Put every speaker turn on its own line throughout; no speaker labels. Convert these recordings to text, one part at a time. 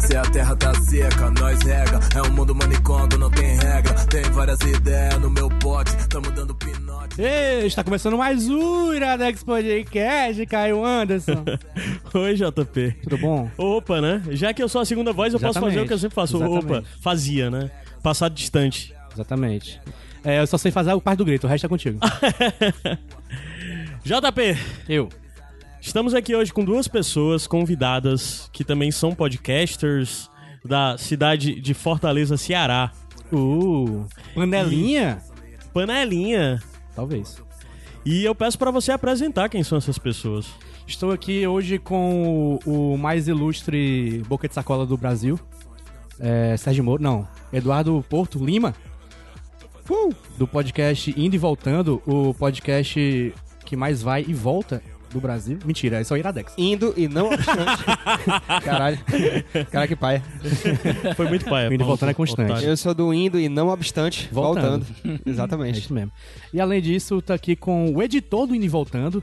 Se a terra tá seca, nós rega. É um mundo manicondo, não tem regra. Tem várias ideias no meu pote, tamo dando pinote.
Ei, está começando mais um Iradex Podcast, Caio Anderson.
Oi, JP.
Tudo bom?
Opa, né? Já que eu sou a segunda voz, eu posso
Exatamente.
fazer o que eu sempre faço.
Exatamente.
Opa, fazia, né? Passado distante.
Exatamente. É, eu só sei fazer o parte do grito, o resto é contigo.
JP,
eu.
estamos aqui hoje com duas pessoas convidadas que também são podcasters da cidade de Fortaleza, Ceará.
Uh. Panelinha?
Panelinha.
Talvez.
E eu peço pra você apresentar quem são essas pessoas.
Estou aqui hoje com o, o mais ilustre boca de sacola do Brasil. É, Sérgio Moro, não. Eduardo Porto Lima. Do podcast Indo e Voltando, o podcast que mais vai e volta do Brasil. Mentira, é só o Iradex.
indo e não obstante. Caralho. Caralho, que pai.
Foi muito pai.
Vindo e voltando é constante.
Eu sou do indo e não obstante,
Voltando.
voltando.
É
Exatamente.
isso mesmo. E além disso, tá aqui com o editor do Indo e Voltando,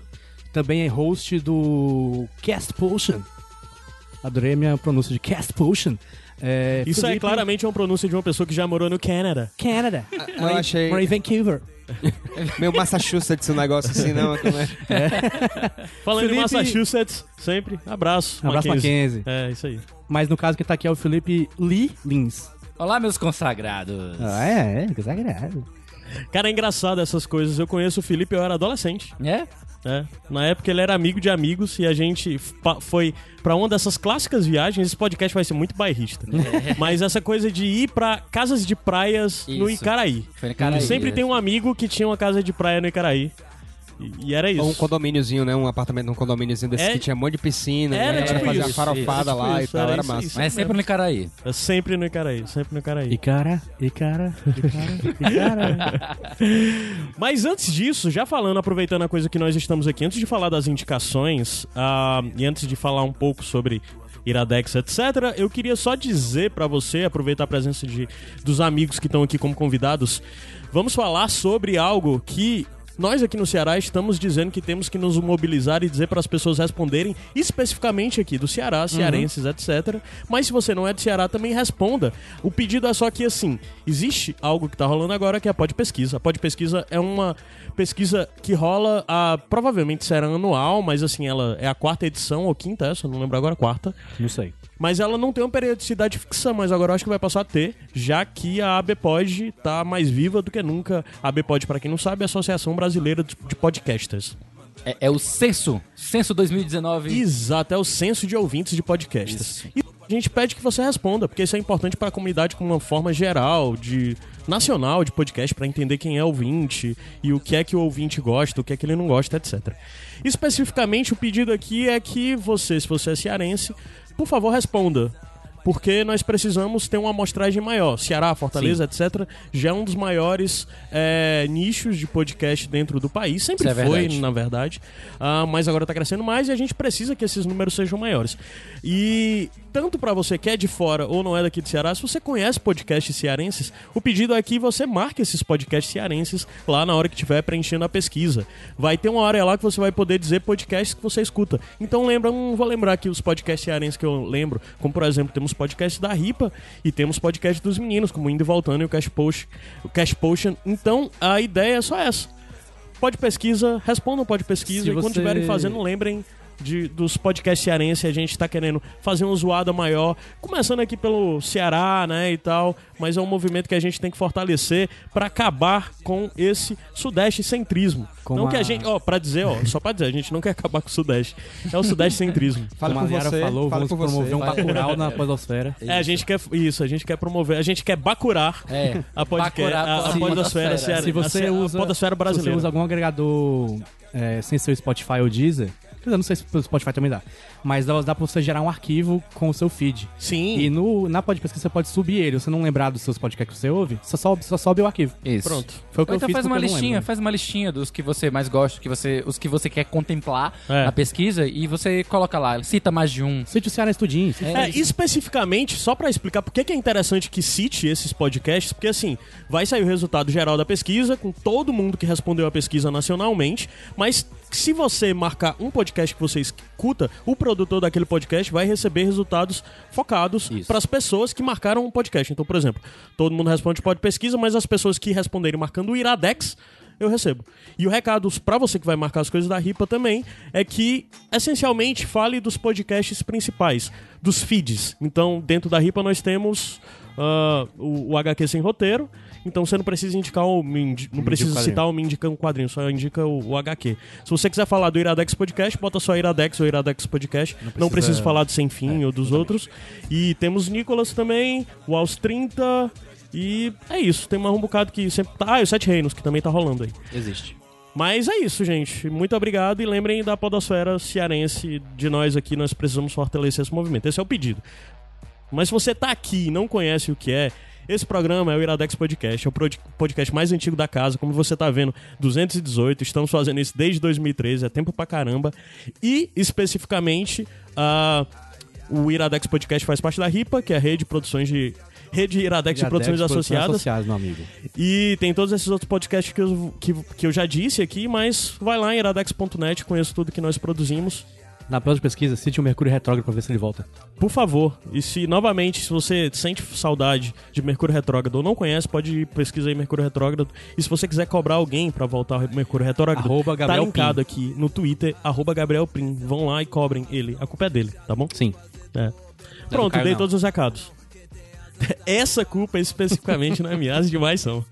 também é host do Cast Potion. Adorei a minha pronúncia de Cast Potion. É,
Isso é
Felipe
claramente uma pronúncia de uma pessoa que já morou no Canadá.
Canada.
Ah, Eu achei
Mora em Vancouver.
meio Massachusetts um negócio assim, não. que não é.
Falando
Felipe-
em Massachusetts, sempre. Abraço.
Um Abraço, Mackenzie.
É, isso aí.
Mas no caso que tá aqui é o Felipe Lee Lins.
Olá, meus consagrados.
Ah,
é, é, desagradável.
Cara, é engraçado essas coisas. Eu conheço o Felipe, eu era adolescente.
É?
né? Na época ele era amigo de amigos e a gente fa- foi pra uma dessas clássicas viagens. Esse podcast vai ser muito bairrista.
É.
Mas essa coisa de ir pra casas de praias no
Isso.
Icaraí.
Foi no Icaraí,
Sempre
é.
tem um amigo que tinha uma casa de praia no Icaraí. E, e era isso.
Então,
Ou um condomíniozinho, né? Um apartamento num condomíniozinho desse
É-
que tinha um monte de piscina.
Era
né? a galera
tipo
fazia
isso,
farofada
isso,
lá
isso,
e tal,
era
era,
isso,
massa.
isso.
Mas é sempre no Icaraí.
É sempre no Icaraí, sempre no Icaraí.
E cara, e cara, e cara, e cara.
Mas antes disso, já falando, aproveitando a coisa que nós estamos aqui, antes de falar das indicações ah, e antes de falar um pouco sobre Iradex, etc., eu queria só dizer pra você, aproveitar a presença de, dos amigos que estão aqui como convidados, vamos falar sobre algo que nós aqui no Ceará estamos dizendo que temos que nos mobilizar e dizer para as pessoas responderem especificamente aqui do Ceará, cearenses, etc. Mas se você não é do Ceará, também responda. O pedido é só que assim, existe algo que tá rolando agora que é a Pod Pesquisa. A Pod Pesquisa é uma pesquisa que rola, a, provavelmente será anual, mas assim, ela é a quarta edição ou quinta, essa, não lembro agora, quarta.
Não sei.
Mas ela não tem uma periodicidade fixa, mas agora eu acho que vai passar a ter, já que a ABPOD tá mais viva do que nunca. A ABPOD, para quem não sabe, é a Associação Brasileira de de Podcasters.
É, é o censo. Censo 2019.
Exato, é o censo de ouvintes de podcasts. E a gente pede que você responda, porque isso é importante para a comunidade como uma forma geral, de nacional de podcast, para entender quem é ouvinte e o que é que o ouvinte gosta, o que é que ele não gosta, etc. Especificamente, o pedido aqui é que você, se você é cearense, por favor, responda porque nós precisamos ter uma amostragem maior. Ceará, Fortaleza, etc., já é um dos maiores é, nichos de podcast dentro do país. Sempre
Isso é
foi,
verdade.
na verdade. Ah, mas agora está crescendo mais e a gente precisa que esses números sejam maiores. E tanto para você que é de fora ou não é daqui do Ceará, se você conhece podcasts cearenses, o pedido é que você marque esses podcasts cearenses lá na hora que estiver preenchendo a pesquisa. Vai ter uma área lá que você vai poder dizer podcasts que você escuta. Então lembra, não vou lembrar aqui os podcasts cearenses que eu lembro, como por exemplo, temos podcast da Ripa e temos podcast dos meninos, como Indo e Voltando e o Cash Potion. O Cash Potion. Então a ideia é só essa. Pode pesquisa, respondam pode pesquisa
Se
e quando
você-
estiverem fazendo, lembrem de- dos podcasts cearense, a gente tá querendo fazer uma zoada maior, começando aqui pelo Ceará, né, e tal, mas é um movimento que a gente tem que fortalecer pra acabar com esse sudeste centrismo.
Com
não que
a-
a gente, ó, pra dizer, ó, só pra dizer, a gente não quer acabar com o sudeste, é o sudeste centrismo.
Fala
Como
por
a Nayara
você,
falou,
fala
vamos
por você.
promover um
vai.
bacural na podosfera.
É, a gente quer isso, a gente quer promover, a gente quer bacurar
É.
a podcast,
Bacurar
a, a
a
podosfera
podosfera.
cearense,
É, Se você
a,
usa-
podosfera
Se você
brasileira.
usa algum agregador é, sem seu Spotify ou Deezer, Eu não sei se o Spotify também dá. Mas dá, dá pra você gerar um arquivo com o seu feed.
Sim.
E no, na podcast você pode subir ele. Você não lembrar dos seus podcasts que você ouve, só sobe, só sobe o arquivo.
Isso.
Pronto. Foi o que
Ou
eu
então
fiz
faz
porque
uma
eu não
listinha,
lembro.
faz uma listinha dos que você mais gosta, que você, os que você quer contemplar
É.
na pesquisa e você coloca lá, cita mais de um.
Sente o Ceará Estudinho. sente-
É, especificamente, só pra explicar por que que é interessante que cite esses podcasts, porque assim, vai sair o resultado geral da pesquisa, com todo mundo que respondeu a pesquisa nacionalmente, mas se você marcar um podcast que você escuta, o produtor daquele podcast vai receber resultados focados
Isso.
para as pessoas que marcaram o podcast. Então, por exemplo, todo mundo responde pod pesquisa, mas as pessoas que responderem marcando o Iradex, eu recebo. E o recado pra você que vai marcar as coisas da RIPA também é que, essencialmente, fale dos podcasts principais, dos feeds. Então, dentro da RIPA nós temos ah, o, o HQ Sem Roteiro, então você não precisa indicar o. me indi- Não precisa
quadrinho.
citar o Me Indica um Quadrinho, só indica o, o HQ. Se você quiser falar do Iradex Podcast, bota só Iradex ou Iradex Podcast. Não precisa, É, falar do Sem Fim ou dos outros. E temos Nicolas também, o Aos 30. E é isso, tem mais um bocado que sempre tá. Ah, e o Sete Reinos, que também tá rolando aí.
Existe.
Mas é isso, gente. Muito obrigado e lembrem da podosfera cearense de nós aqui. Nós precisamos fortalecer esse movimento. Esse é o pedido. Mas se você tá aqui e não conhece o que é, esse programa é o Iradex Podcast, é o prod- podcast mais antigo da casa, como você tá vendo, 218, estamos fazendo isso desde 2013, é tempo pra caramba. E, especificamente, ah, o Iradex Podcast faz parte da RIPA, que é a rede de produções de... Rede Iradex de
Iradex,
Produções Associadas.
Associadas, meu amigo.
E tem todos esses outros podcasts que eu, que, que eu já disse aqui, mas vai lá em iradex.net, conheço tudo que nós produzimos.
Na próxima pesquisa, cite o Mercúrio Retrógrado pra ver se ele volta.
Por favor, e se novamente, se você sente saudade de Mercúrio Retrógrado ou não conhece, pode pesquisar aí Mercúrio Retrógrado. E se você quiser cobrar alguém pra voltar ao Mercúrio Retrógrado,
Arroba
tá
Gabriel
linkado aqui no Twitter, arroba Gabriel Prim. Vão lá e cobrem ele. A culpa é dele, tá bom?
Sim.
É. Pronto,
Caio,
dei
não.
todos os recados. Essa culpa especificamente não é minha, as demais são.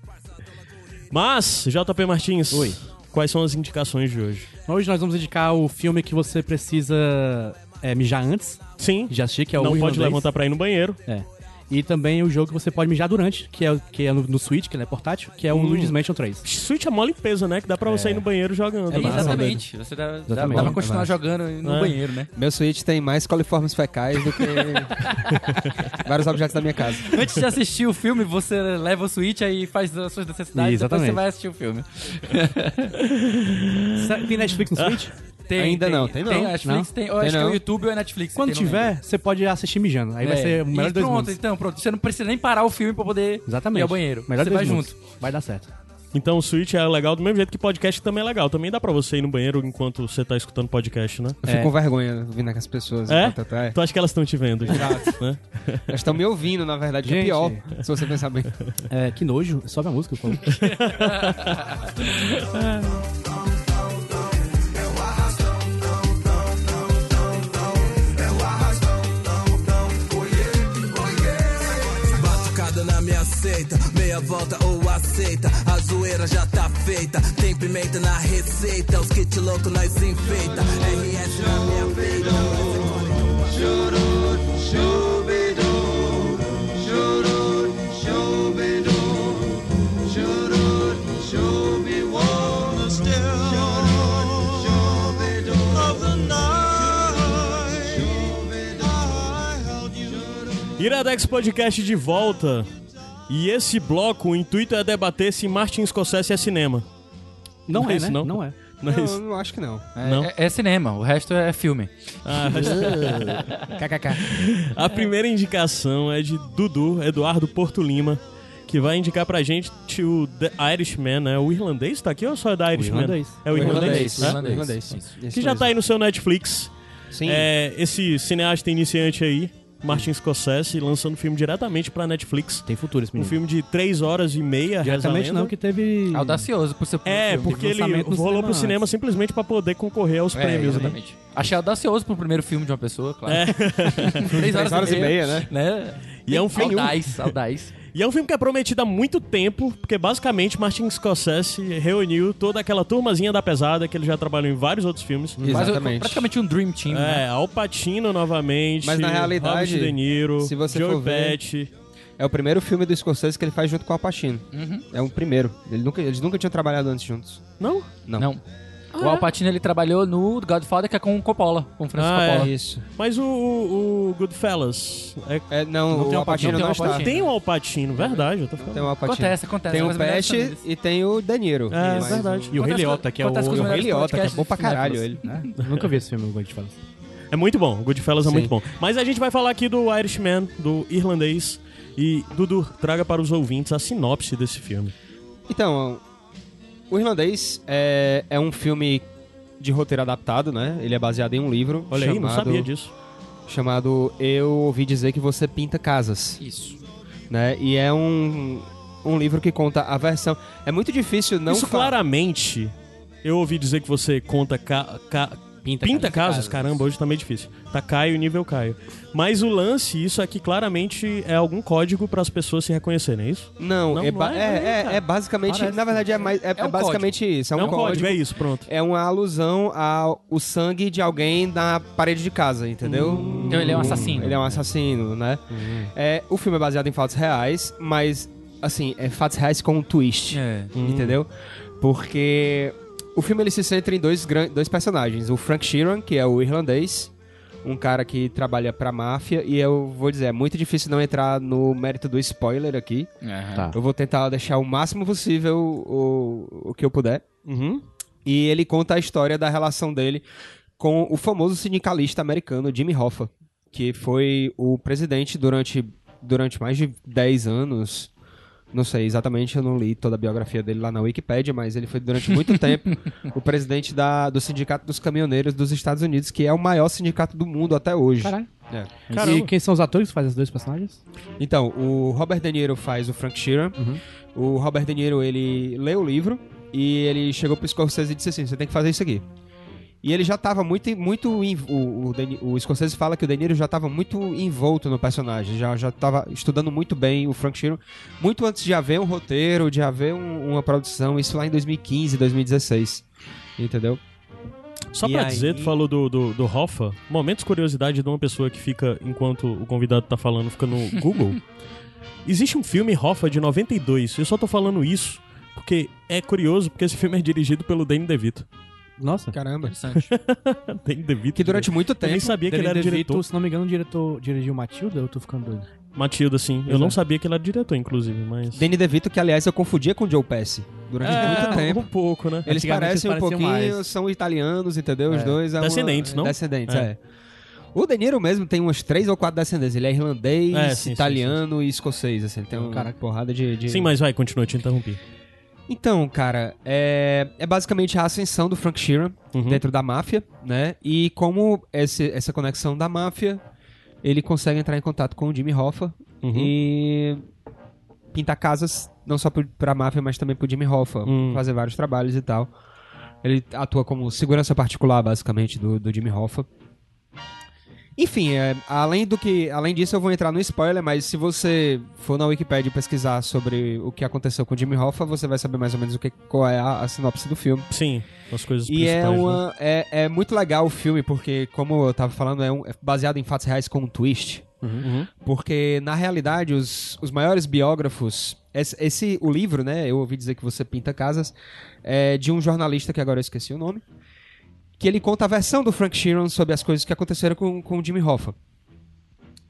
Mas, JP Martins,
Oi.
quais são as indicações de hoje?
Hoje nós vamos indicar o filme que você precisa é, mijar antes,
Sim,
de assistir, que é o
não pode
Irlandês.
levantar pra ir no banheiro.
É. E também o jogo que você pode mijar durante, que é, o- que é no, no Switch, que ele é portátil, que é o
Hum.
Luigi's Mansion 3.
Switch é mó limpeza, né? Que dá pra você ir no banheiro jogando.
É
né?
massa.
Exatamente. Você dá, dá-
Exatamente.
dá pra continuar
É.
jogando no
É.
banheiro, né?
Meu suíte tem mais coliformes fecais do que vários objetos da minha casa.
Antes de assistir o filme, você leva o Switch aí faz as suas necessidades depois
Exatamente.
você vai assistir o filme.
Sa- Ah, Tem Netflix no Switch?
Tem,
Ainda não, tem não.
Tem Netflix, tem. Eu
Tem
acho que é
não.
o YouTube ou é Netflix.
Quando
tem, não
tiver,
lembro.
você pode assistir mijando. Aí vai
É.
ser o melhor
e
de dois
pronto,
mundos.
então, pronto. Você não precisa nem parar o filme pra poder
Exatamente.
ir ao banheiro.
Melhor
você
de
vai
dois
junto.
mundos. Vai dar certo.
Então o Switch é legal do mesmo jeito que podcast também é legal. Também dá pra você ir no banheiro enquanto você tá escutando podcast, né?
Eu fico
É.
com vergonha ouvindo aquelas pessoas.
Tá,
É?
enquanto eu tô- é.
Tu acha que elas estão te vendo, gente, né?
Elas estão me ouvindo, na verdade, que é
Gente.
pior, se você pensar bem.
É, que nojo. Sobe a música, por favor.
Batucada na minha seita, meia volta ou aceita. A zoeira já tá feita, tem pimenta na receita. Os kit louco nós enfeita. RS na minha feita.
Iradex Podcast de volta. E esse bloco, o intuito é debater se Martin Scorsese é cinema.
Não,
Não
é,
é isso,
né?
não.
Não é.
Não é
Não,
isso?
não acho que não.
É,
Não?
é- é cinema, o resto é filme.
É.
KKK.
ah, A primeira indicação é de Dudu, Eduardo Porto Lima, que vai indicar pra gente o The Irishman, né? O irlandês tá aqui ou só é da Irishman?
irlandês. é.
É o irlandês,
irlandês,
né?
irlandês.
Isso.
Que já tá aí no seu Netflix.
Sim.
É, esse cineasta iniciante aí, Martin Scorsese, lançando filme diretamente pra Netflix.
Tem futuro esse
Um
menino.
filme de 3 horas e meia, reza a
Diretamente
lenda.
não, que teve...
Audacioso por ser por
É,
filme.
porque ele
lançamento no
rolou
cinema
pro cinema
antes.
simplesmente pra poder concorrer aos
É,
prêmios, né?
Exatamente. Achei audacioso pro primeiro filme de uma pessoa, claro. Três horas,
Três horas
e meia.
né?
Né?
É. E é um filme-
Audaz, audaz.
E é um filme que é prometido há muito tempo, porque basicamente Martin Scorsese reuniu toda aquela turmazinha da pesada que ele já trabalhou em vários outros filmes.
Mas eu-
Exatamente.
praticamente um Dream Team. né?
É, Al Pacino novamente.
Mas na realidade,
Robert De Niro,
se você
Joey
for ver-
Pesci.
É o primeiro filme do Scorsese que ele faz junto com o Al Pacino. É o primeiro. Ele nunca, eles nunca tinham trabalhado antes juntos.
Não?
Não.
Não. O Al Pacino, ele trabalhou no Godfather, que é com o Coppola, com o Francis
Ah, é.
Coppola.
Isso.
Mas o, o, o Goodfellas. é-
É, não,
Não
o
tem
Alpatino
o Alpatino,
não
tem o
está.
Alpatino.
Tem o Alpatino, verdade, eu tô falando.
Ah. Tem o Alpatino.
Acontece, acontece.
Tem o
mas é melhor
Pesce
saber disso.
e tem o Danilo.
É,
Mas
verdade.
E o Rei
Acontece
Liotta, que é o...
acontece com os
O Rei
melhores
Liotta, que é
podcasts
bom pra
de cinéfilos.
caralho ele.
Eu nunca vi esse filme, o Goodfellas.
É muito bom, o Goodfellas é
Sim.
muito bom. Mas a gente vai falar aqui do Irishman, do irlandês. E, Dudu, traga para os ouvintes a sinopse desse filme.
Então, o Irlandês é, é um filme de roteiro adaptado, né? Ele é baseado em um livro
Olha
chamado,
aí, não sabia disso.
chamado Eu Ouvi Dizer Que Você Pinta Casas,
Isso.
né? E é um, um livro que conta a versão... É muito difícil não
Isso
falar...
claramente, eu ouvi dizer que você conta ca- ca-
Pinta,
pinta casas.
casas.
Caramba, hoje tá meio difícil. Tá Caio, nível Caio. Mas o lance, isso aqui claramente é algum código para as pessoas se reconhecerem, é isso?
Não,
Não,
é, ba-
não é, não é,
é, é,
cara.
é basicamente...
Parece.
Na verdade, é, mais, é,
É um
é basicamente isso. É um
Não
código.
é isso, pronto.
É uma alusão ao o sangue de alguém na parede de casa, entendeu?
Então ele é um assassino. Uhum.
Ele é um assassino, né? É, o filme é baseado em fatos reais, mas, assim, é fatos reais com um twist,
É.
entendeu? Porque o filme ele se centra em dois, gran- dois personagens. O Frank Sheeran, que é o irlandês, um cara que trabalha pra máfia, e eu vou dizer, é muito difícil não entrar no mérito do spoiler aqui.
Tá.
Eu vou tentar deixar o máximo possível o, o que eu puder.
Uhum.
E ele conta a história da relação dele com o famoso sindicalista americano Jimmy Hoffa, que foi o presidente durante, durante mais de 10 anos. Não sei exatamente, eu não li toda a biografia dele lá na Wikipédia, mas ele foi durante muito tempo o presidente da, do Sindicato dos Caminhoneiros dos Estados Unidos, que é o maior sindicato do mundo até hoje.
Caralho.
É.
E quem são os atores que fazem esses dois personagens?
Então, o Robert De Niro faz o Frank Sheeran.
Uhum.
O Robert De Niro, ele leu o livro e ele chegou pro Scorsese e disse assim, você tem que fazer isso aqui. E ele já tava muito... muito em- o, o, De Ni- o Scorsese fala que o De Niro já tava muito envolto no personagem, já, já tava estudando muito bem o Frank Sheeran, muito antes de haver um roteiro, de haver um- uma produção, isso lá em 2015, 2016. Entendeu?
Só
E
pra
aí-
dizer, tu falou do, do, do Hoffa. Momentos de curiosidade de uma pessoa que fica, enquanto o convidado tá falando, fica no Google. Existe um filme Hoffa de 92. Eu só tô falando isso porque é curioso, porque esse filme é dirigido pelo Danny DeVito.
Nossa.
Caramba.
Interessante.
Danny DeVito.
Que durante muito
Eu nem
tempo...
sabia que ele
Danny
era
DeVito,
diretor.
Se não me engano, o diretor dirigiu Matilda, eu tô ficando doido.
Matilda, sim. Eu
é.
não
Exato.
sabia que ele era diretor, inclusive, mas...
Danny DeVito, que aliás eu confundia com o Joe Pesci durante muito tempo.
um pouco, né?
Eles
Antigamente
parecem um
eles pareciam
pouquinho,
mais.
são italianos, entendeu? Os
É.
dois. é uma-
Descendentes, não?
Descendentes,
É.
é. O De Niro mesmo tem umas três ou quatro descendentes. Ele é irlandês,
É, sim, sim,
italiano e escocês, assim. Ele tem uma
Caraca.
porrada de... de-
Sim, mas vai, continua, te interrompi.
Então, cara, é, é basicamente a ascensão do Frank Sheeran
Uhum.
dentro da máfia, né? E como esse- essa conexão da máfia, ele consegue entrar em contato com o Jimmy Hoffa
Uhum.
e pintar casas, não só pro- pra máfia, mas também pro Jimmy Hoffa,
Hum.
fazer vários trabalhos e tal. Ele atua como segurança particular, basicamente, do, do Jimmy Hoffa. Enfim, é, além do que, além disso, eu vou entrar no spoiler, mas se você for na Wikipedia pesquisar sobre o que aconteceu com o Jimmy Hoffa, você vai saber mais ou menos o que, qual é a, a sinopse do filme.
Sim, as coisas
E é,
principais, né?
uma, é, é muito legal o filme, porque, como eu tava falando, é, um- é baseado em fatos reais com um twist.
Uhum.
Porque, na realidade, os, os maiores biógrafos. Esse, esse- o livro, né? Eu ouvi dizer que você pinta casas. É de um jornalista que agora eu esqueci o nome. Que ele conta a versão do Frank Sheeran sobre as coisas que aconteceram com, com o Jimmy Hoffa.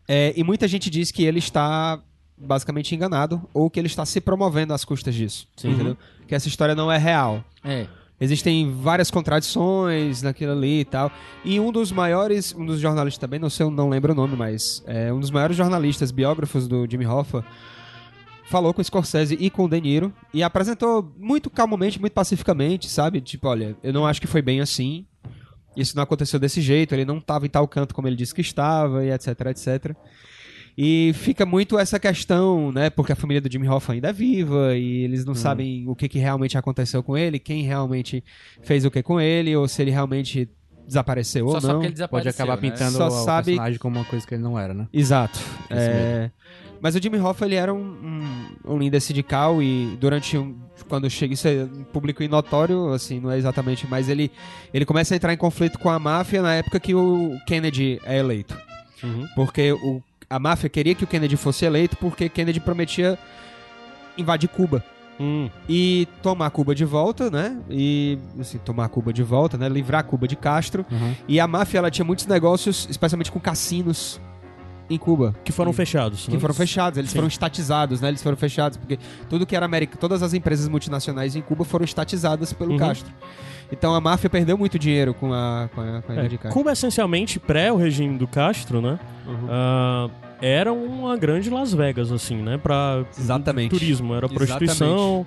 É, e muita gente diz que ele está basicamente enganado ou que ele está se promovendo às custas disso. Entendeu? Que essa história não é real.
É.
Existem várias contradições naquilo ali e tal. E um dos maiores, um dos jornalistas também, não sei, eu não lembro o nome, mas é, um dos maiores jornalistas, biógrafos do Jimmy Hoffa, falou com o Scorsese e com o De Niro e apresentou muito calmamente, muito pacificamente, sabe? Tipo, olha, eu não acho que foi bem assim. Isso não aconteceu desse jeito, ele não estava em tal canto como ele disse que estava, e etc, etc. E fica muito essa questão, né? Porque a família do Jimmy Hoffa ainda é viva e eles
Uhum.
não sabem o que, que realmente aconteceu com ele, quem realmente fez o que com ele, ou se ele realmente desapareceu
Só
ou
sabe
não.
que ele
Pode
desapareceu,
acabar
né?
pintando
Só
o
sabe-
personagem como uma coisa que ele não era, né?
Exato.
Isso
É, Mas o Jimmy Hoffa, ele era um, um, um líder sindical e durante um... Quando chega, isso é público e notório, assim, não é exatamente, mas ele, ele começa a entrar em conflito com a máfia na época que o Kennedy é eleito.
Uhum.
Porque o, a máfia queria que o Kennedy fosse eleito porque Kennedy prometia invadir Cuba.
Hum.
e tomar Cuba de volta, né? E assim, tomar Cuba de volta, né? Livrar Cuba de Castro.
Uhum.
E a máfia ela tinha muitos negócios, especialmente com cassinos em Cuba.
Que foram fechados.
Que foram fechados, eles
Sim.
foram estatizados, né? Eles foram fechados, porque tudo que era América, todas as empresas multinacionais em Cuba foram estatizadas pelo
Uhum.
Castro. Então a máfia perdeu muito dinheiro com a, com a, com a
É,
ida de Castro.
Cuba, essencialmente, pré o regime do Castro, né?
Uhum.
ah, era uma grande Las Vegas, assim, né? Pra
Exatamente.
turismo. Era
Exatamente.
prostituição,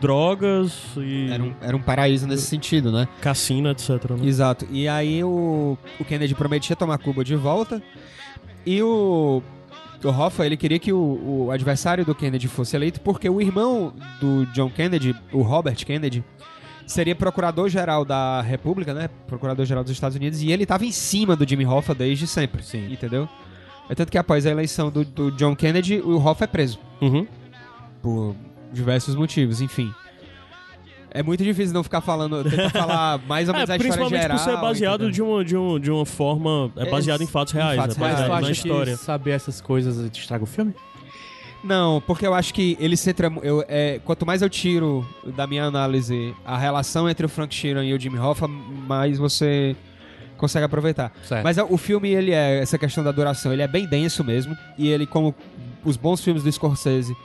drogas e
Era um, era um paraíso nesse sentido, né?
cassino, etc. né?
Exato. E aí o, o Kennedy prometia tomar Cuba de volta. E o, o Hoffa, ele queria que o, o adversário do Kennedy fosse eleito, porque o irmão do John Kennedy, o Robert Kennedy, seria procurador-geral da República, né? Procurador-geral dos Estados Unidos. E ele tava em cima do Jimmy Hoffa desde sempre. Sim. Entendeu? É tanto que após a eleição do, do John Kennedy, o Hoffa é preso
Uhum.
por diversos motivos, enfim. É muito difícil não ficar falando, tentar falar mais ou menos
É,
a história
principalmente
geral.
por ser baseado
entendeu?
de uma, de, um, de uma forma. É
É,
baseado em fatos reais,
fatos
é
Mas
baseado
reais.
tu
na
acha
história.
que saber essas coisas te estraga o filme?
Não, porque eu acho que ele centra... mu- Eu, é, quanto mais eu tiro da minha análise a relação entre o Frank Sheeran e o Jimmy Hoffa, mais você consegue aproveitar.
Certo.
Mas é, o filme, ele é... Essa questão da duração, ele é bem denso mesmo. E ele, como os bons filmes do Scorsese,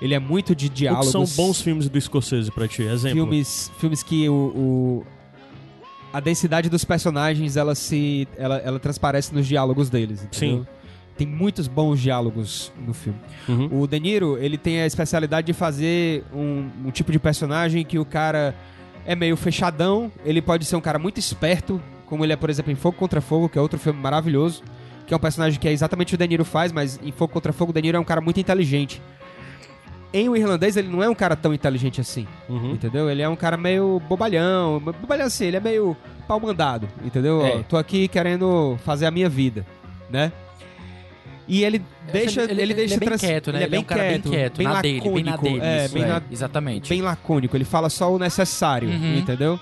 ele é muito de
O que
diálogos.
são bons filmes do Scorsese pra ti? Exemplo.
filmes, filmes que o, o- a densidade dos personagens ela se ela, ela transparece nos diálogos deles. entendeu?
Sim.
Tem muitos bons diálogos no filme.
Uhum.
O De Niro, ele tem a especialidade de fazer um, um tipo de personagem que o cara é meio fechadão, ele pode ser um cara muito esperto, como ele é, por exemplo, em Fogo Contra Fogo, que é outro filme maravilhoso, que é um personagem que é exatamente o De Niro faz, mas em Fogo Contra Fogo, o De Niro é um cara muito inteligente. Em O Irlandês, ele não é um cara tão inteligente assim.
Uhum.
Entendeu? Ele é um cara meio bobalhão. Bobalhão assim, ele é meio pau mandado, entendeu?
É.
Ó, Tô aqui querendo fazer a minha vida, né? E ele deixa. Ele, deixa
é bem
trans-
quieto, né?
Ele é bem
um cara bem
quieto,
quieto,
bem
na dele, bem na
lacônico,
dele.
é,
isso,
bem
é,
na-
Exatamente.
bem lacônico, ele fala só o necessário,
Uhum.
entendeu?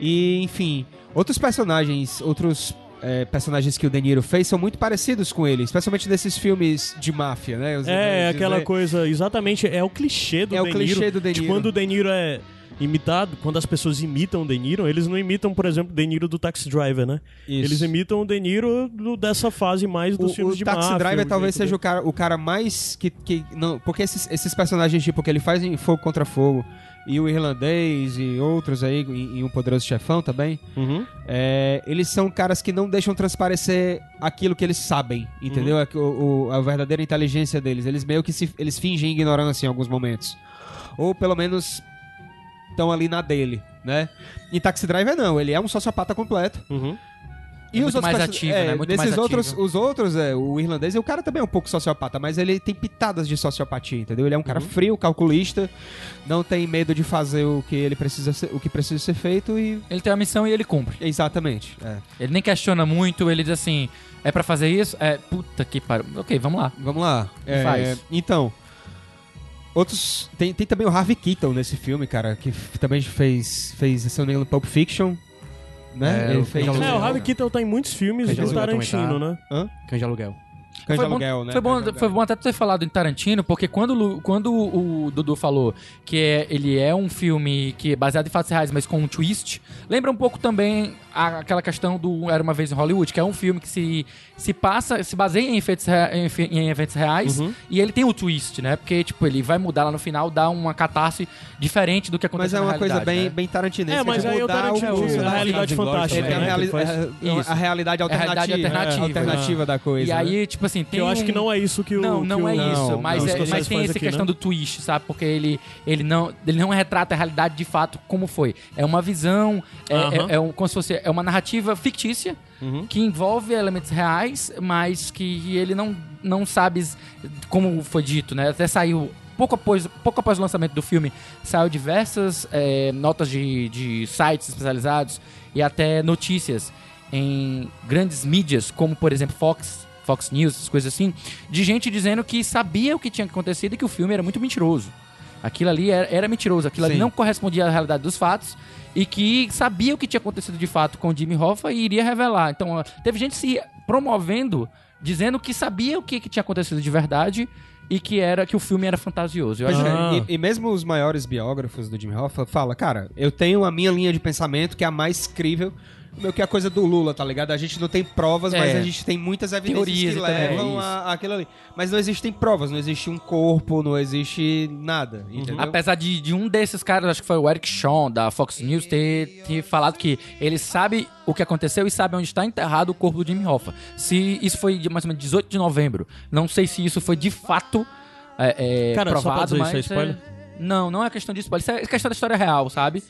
E, enfim, outros personagens, outros é, personagens que o De Niro fez são muito parecidos com ele, especialmente nesses filmes de máfia, né? Eu- eu-
É,
eu-
aquela coisa, exatamente, é o clichê do
É o
De
clichê
Niro.
do De
De
Niro.
quando o De Niro é imitado, quando as pessoas imitam o De Niro, eles não imitam, por exemplo, o De Niro do Taxi Driver, né?
Isso.
Eles imitam o De Niro do- dessa fase mais dos
o,
filmes
o
de
Taxi
máfia. um
Driver talvez seja o cara, o cara mais que, que não, porque esses, esses personagens tipo que ele faz em Fogo contra Fogo e o irlandês e outros aí em, em um poderoso chefão também,
o... Uhum.
é, eles são caras que não deixam transparecer aquilo que eles sabem, entendeu?
Uhum.
É que o- o- a verdadeira inteligência deles, eles meio que se, eles fingem ignorância em alguns momentos, ou pelo menos estão ali na dele, né? Em Taxi Driver não, ele é um sociopata completo.
Uhum.
E
É
os
muito
outros
mais
perso-
ativo,
é,
né? Muito
desses
mais ativo.
outros, os outros, é, o irlandês, o cara também é um pouco sociopata, mas ele tem pitadas de sociopatia, entendeu? Ele é um cara
Uhum.
frio, calculista, não tem medo de fazer o que ele precisa ser, o que precisa ser feito e
Ele tem uma missão e ele cumpre.
exatamente. é.
Ele nem questiona muito, ele diz assim: é pra fazer isso? É, puta que pariu. Ok, vamos lá.
Vamos lá. É,
Faz.
Então, outros tem, tem também o Harvey Keitel nesse filme, cara, que f- também fez fez se eu não me engano, Pulp Fiction, né?
É,
ele
o
fez
Cães de
É, o
Aluguel.
Harvey Keitel tá em muitos filmes
Cães de
do
Aluguel
Tarantino, né?
Cães de aluguel.
Cães de
Foi bom-
aluguel, né?
Foi bom,
Cães de
foi
Aluguel.
bom até ter falado em Tarantino, porque quando, o Lu- quando o Dudu falou que é- ele é um filme que é baseado em fatos reais, mas com um twist, lembra um pouco também a- aquela questão do Era Uma Vez em Hollywood, que é um filme que se, se passa, se baseia em, efeitos rea- em fe- em eventos reais,
Uhum.
e ele tem o twist, né? Porque, tipo, ele vai mudar lá no final, dá uma catarse diferente do que
Mas
aconteceu
é
na
uma coisa
realidade,
bem,
né?
bem tarantinesca.
É, mas
tipo,
aí o
mudar
Tarantino
curso
usa
da
a realidade
Inglourious
fantástica,
Ele
Ele
tem
é
a,
né?
Ele
reali-
faz-
a- a realidade alternativa.
realidade alternativa.
É,
né?
alternativa da coisa.
E
né?
aí, tipo assim, tem
Eu acho
um-
que não é isso que o...
Não,
que
não
o-
é isso,
não,
mas,
não.
é-
Os
mas
Scorsese
tem
faz
essa
aqui,
questão
né?
do twist, sabe? Porque ele, ele, não, ele não retrata a realidade de fato como foi. É uma visão, é,
Aham.
é, é um, como se fosse, é uma narrativa fictícia
Uhum.
que envolve elementos reais, mas que ele não, não sabe s- como foi dito, né? Até saiu. Pouco após, pouco após o lançamento do filme, saiu diversas é, notas de, de sites especializados e até notícias em grandes mídias, como por exemplo Fox, Fox News, essas coisas assim, de gente dizendo que sabia o que tinha acontecido e que o filme era muito mentiroso. Aquilo ali era, era mentiroso, aquilo ali
Sim.
não correspondia à realidade dos fatos e que sabia o que tinha acontecido de fato com o Jimmy Hoffa e iria revelar. Então, ó, teve gente se promovendo, dizendo que sabia o que, que tinha acontecido de verdade e que era que o filme era fantasioso. Eu
Pois
acho
é,
Ah.
e, e mesmo os maiores biógrafos do Jimmy Hoffa fala, cara, eu tenho a minha linha de pensamento que é a mais crível, meio que a coisa do Lula, tá ligado? A gente não tem provas, mas
É.
a gente tem muitas evidências
Teorias
que
e tal, é
levam
isso.
a- àquilo ali. Mas não existem provas, não existe um corpo, não existe nada,
Uhum.
entendeu?
Apesar de, de um desses caras, acho que foi o Eric Shawn, da Fox News, ter, ter falado que ele sabe o que aconteceu e sabe onde está enterrado o corpo do Jimmy Hoffa. Se isso foi de mais ou menos 18 de novembro. Não sei se isso foi de fato é, é,
Cara, só pra
provado,
dizer, isso
mas...
é spoiler?
Não, não é questão de spoiler. Isso é questão da história real, sabe?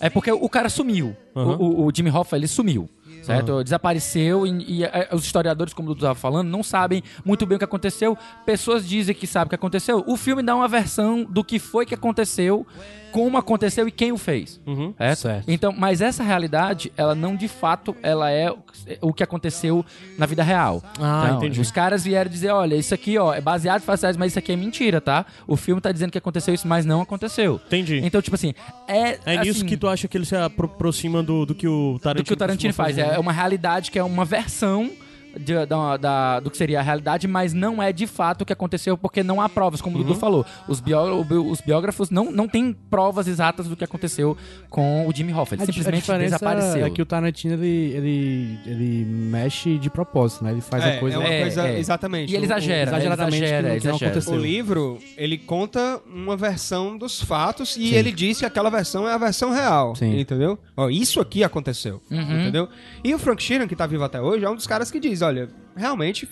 É porque o cara sumiu.
Ah. Aham. Ah.
O, o- o Jimmy Hoffa, ele sumiu. Certo? Desapareceu e, e, é, os historiadores, como o Dudu estava falando, não sabem muito bem o que aconteceu. Pessoas dizem que sabem o que aconteceu. O filme dá uma versão do que foi que aconteceu, como aconteceu e quem o fez.
Uhum.
Certo?
Certo.
Então, mas essa realidade, ela não de fato, ela é o- o que aconteceu na vida real.
Ah,
Então,
entendi.
Os caras vieram dizer, olha, isso aqui, ó, é baseado em fatos reais, mas isso aqui é mentira, tá? O filme tá dizendo que aconteceu isso, mas não aconteceu.
Entendi.
Então, tipo assim, é.
É nisso
assim,
que tu acha que ele se apro- aproxima do, do que o Tarantino
Do que o Tarantino
costuma
faz.
fazer,
É
né?
uma realidade que é uma versão. de- da, da- do que seria a realidade, mas não é de fato o que aconteceu, porque não há provas, como o
Uhum.
Dudu falou. Os, bió- os biógrafos não, não têm provas exatas do que aconteceu com o Jimmy Hoffa. Ele
A di- a
simplesmente
diferença
desapareceu.
É que o Tarantino ele, ele, ele mexe de propósito, né? Ele faz
É,
a coisa.
é uma
É,
coisa,
é.
exatamente. um,
E ele
O- o-
exagera, ele
exageradamente que
exagera,
não- que não
exagera.
O
aconteceu.
livro, ele conta uma versão dos fatos e ele diz que aquela versão é a versão real.
Sim.
Entendeu? Ó, isso aqui aconteceu.
Uhum.
Entendeu? E o Frank Sheeran, que tá vivo até hoje, é um dos caras que diz, olha, realmente...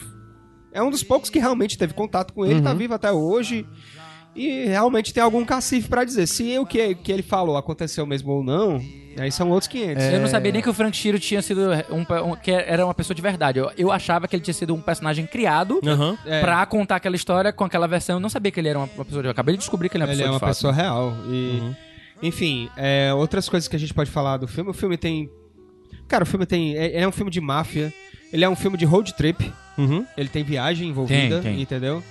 É um dos poucos que realmente teve contato com ele, tá vivo até hoje. E realmente tem algum cacife pra dizer se o que, que ele falou aconteceu mesmo ou não. Aí são outros 500.
Eu não sabia nem que o Frank Shiro tinha sido um, pe- um- que era uma pessoa de verdade. Eu, eu achava que ele tinha sido um personagem criado
Aham.
É.
pra contar aquela história com aquela versão. Eu não sabia que ele era uma, uma pessoa de. Eu acabei de descobrir que ele é uma
Ele é
pessoa
uma
de fato.
pessoa real. E,
Uhum.
Enfim, é, outras coisas que a gente pode falar do filme. O filme tem. Cara, o filme tem. é- Ele é um filme de máfia. Ele é um filme de road trip.
Uhum.
Ele tem viagem envolvida,
Tem, tem.
entendeu?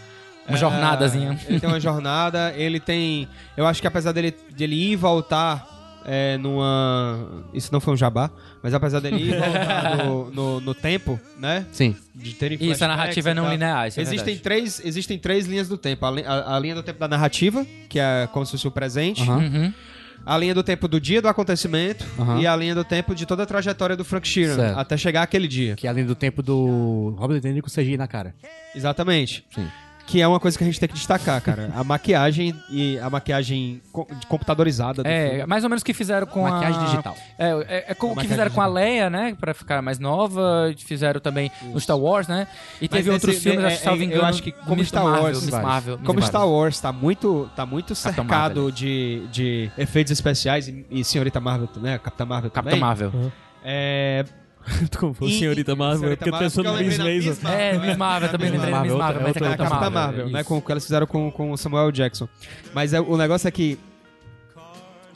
Uma
É,
jornadazinha.
Ele tem uma jornada. Ele tem. Eu acho que apesar dele, dele ir e voltar é, numa. Isso não foi um jabá, mas apesar dele ir e voltar no, no- no tempo, né?
Sim.
De terem
Isso, a
flashbacks
narrativa é
e
não
tal.
linear. Isso é
Existem então-
verdade.
três, existem três linhas do tempo. A, li- a- a linha do tempo da narrativa, que é como se fosse o presente.
Aham.
Uhum.
A linha do tempo do dia do acontecimento.
Aham.
E a linha do tempo de toda a trajetória do Frank Sheeran.
Certo.
Até chegar àquele dia.
Que é além do tempo do Robert De Niro com o CGI na cara.
Exatamente.
Sim.
Que é uma coisa que a gente tem que destacar, cara. A maquiagem e a maquiagem co- computadorizada. do filme.
É, mais ou menos o que fizeram com
Maquiagem
a...
digital.
É, é, é com- o que
Maquiagem
fizeram com a Leia, né? Pra ficar mais nova. Fizeram também no Star Wars, né? E
Mas nesse-
teve outros filmes,
é,
acho que, salvo
é,
engano,
Eu acho que como
Miss
Star
Marvel,
Wars.
Miss
vai.
Marvel, Miss
Como
Marvel. né?
Star Wars tá muito, tá muito
Capitã
cercado de, de efeitos especiais e, e Senhorita Marvel, né? Capitã Marvel também.
Capitã Marvel.
É,
Tu como foi,
E-
senhorita Marvel, é
tá
porque eu tô pensando no Miss Mason.
É, Miss Marvel, também lembrei da Miss
Marvel,
Marvel, mas é
outra-
É a
Capitã
Capitã
Marvel.
Marvel, né?
isso.
Com o que elas fizeram com, com o Samuel Jackson. Mas é- o negócio é que.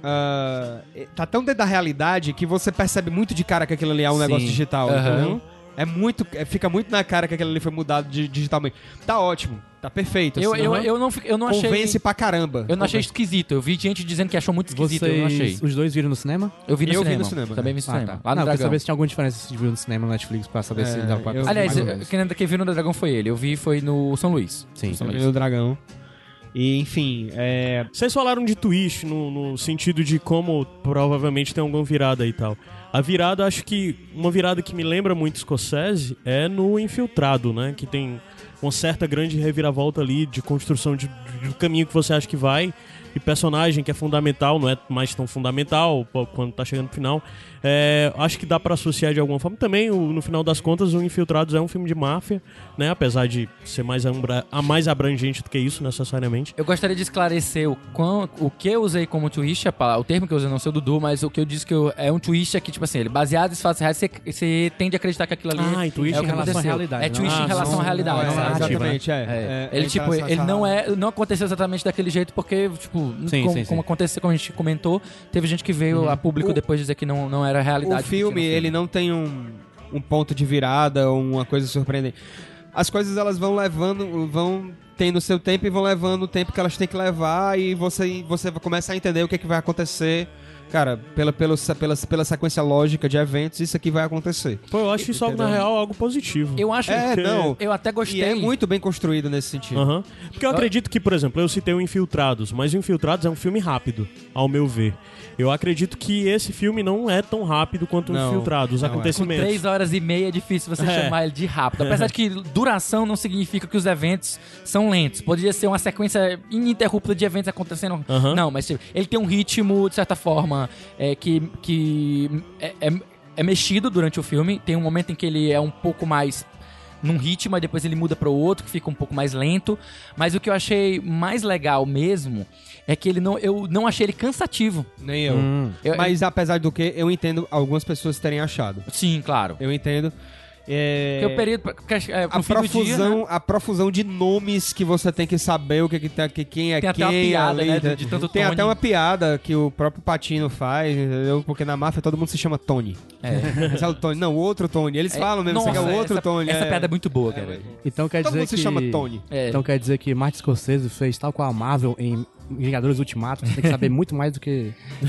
ah, tá tão dentro da realidade que você percebe muito de cara que aquilo ali é um
Sim.
negócio digital,
Aham.
entendeu? É muito. é- fica muito na cara que aquilo ali foi mudado de- digitalmente. Tá ótimo, tá perfeito.
Eu,
assim,
eu,
aham.
eu não, fi- eu não achei.
Convence pra caramba.
Eu não achei
Convence.
esquisito. Eu vi gente dizendo que achou muito esquisito. Eu não achei.
Vocês, os dois viram no cinema?
Eu vi no,
Eu vi
cinema.
no cinema,
Também
né?
vi no
Ah,
cinema.
tá.
Lá no
não, eu quero
Dragão.
saber se tinha alguma diferença se viu no cinema no Netflix pra saber se
É,
dava pra
eu-
Aliás,
Mais ou
eu-
menos.
quem ainda- quem viu no Dragão foi ele. Eu vi foi no São Luís.
Sim.
São
Também o dragão. E, enfim, é.
Vocês falaram de twist no, no sentido de como provavelmente tem alguma virada e tal. A virada, acho que uma virada que me lembra muito Scorsese é no Infiltrado, né? Que tem uma certa grande reviravolta ali de construção de, de- do caminho que você acha que vai e personagem que é fundamental, não é mais tão fundamental pô, quando tá chegando no final. É, acho que dá pra associar de alguma forma. Também, o- no final das contas, o Infiltrados é um filme de máfia, né? Apesar de ser mais, ambra- a mais abrangente do que isso, necessariamente.
Eu gostaria de esclarecer o, quão- o que eu usei como twist, a palavra- o termo que eu usei não sei o Dudu, mas o que eu disse que eu- é um twist é que, tipo assim, ele baseado em fatos reais, você, você tende a acreditar que aquilo ali
Ah, e twist
é o
em
que
relação à
aconteceu.
realidade,
É
não?
twist
Ah,
em relação
não,
à realidade.
não,
é,
sabe?
exatamente, é. É,
É. ele
em
tipo,
relação a
ele
essa-
não é, não aconteceu exatamente daquele jeito porque tipo,
Sim,
como,
sim, sim.
como aconteceu, como a gente comentou, teve gente que veio a público
Uhum. O-
depois dizer que não, não era a realidade.
O
que
filme,
tinha no
ele não tem um, um ponto de virada ou uma coisa surpreendente. As coisas elas vão levando, vão tendo seu tempo e vão levando o tempo que elas têm que levar e você, você começa a entender o que, é que vai acontecer cara, pela, pelo, pela, pela sequência lógica de eventos, isso aqui vai acontecer.
Pô, eu acho isso, na real, algo positivo.
Eu acho
É,
que
não.
eu até gostei.
E é muito bem construído nesse sentido.
Aham. Porque eu acredito que, por exemplo, eu citei o Infiltrados, mas o Infiltrados é um filme rápido, ao meu ver. Eu acredito que esse filme não é tão rápido quanto o
Não,
Infiltrados, os
não é.
acontecimentos.
Três horas e meia é difícil você
É.
chamar ele de rápido. Apesar de que duração não significa que os eventos são lentos. Poderia ser uma sequência ininterrupta de eventos acontecendo.
Aham.
Não, mas tipo, ele tem um ritmo, de certa forma, é, que, que é, é- é mexido durante o filme. Tem um momento em que ele é um pouco mais num ritmo, aí depois ele muda para o outro, que fica um pouco mais lento. Mas o que eu achei mais legal mesmo é que ele não, eu não achei ele cansativo.
Nem eu.
Eu-
Mas apesar do que, eu entendo algumas pessoas terem achado.
Sim, claro.
Eu entendo. É,
Porque o período. Porque, é,
a
no fim do dia,
profusão,
né?
a profusão de nomes que você tem que saber o que, que, tá, que quem é
Tem até
quem
uma piada,
ali,
né,
tá?
de- de tanto
tem
Tony.
até uma piada que o próprio Patino faz, entendeu? Porque na máfia todo mundo se chama Tony. É. Sabe o Tony? Não, o outro Tony. Eles falam mesmo, você
É, Nossa,
quer o outro
essa,
Tony.
Essa
é.
piada é muito boa, cara.
Então quer
Todo
dizer
mundo
que...
se chama Tony.
É.
Então quer dizer que Martin Scorsese fez tal qual a Marvel em Vingadores Ultimato. Você tem que saber muito mais do que, do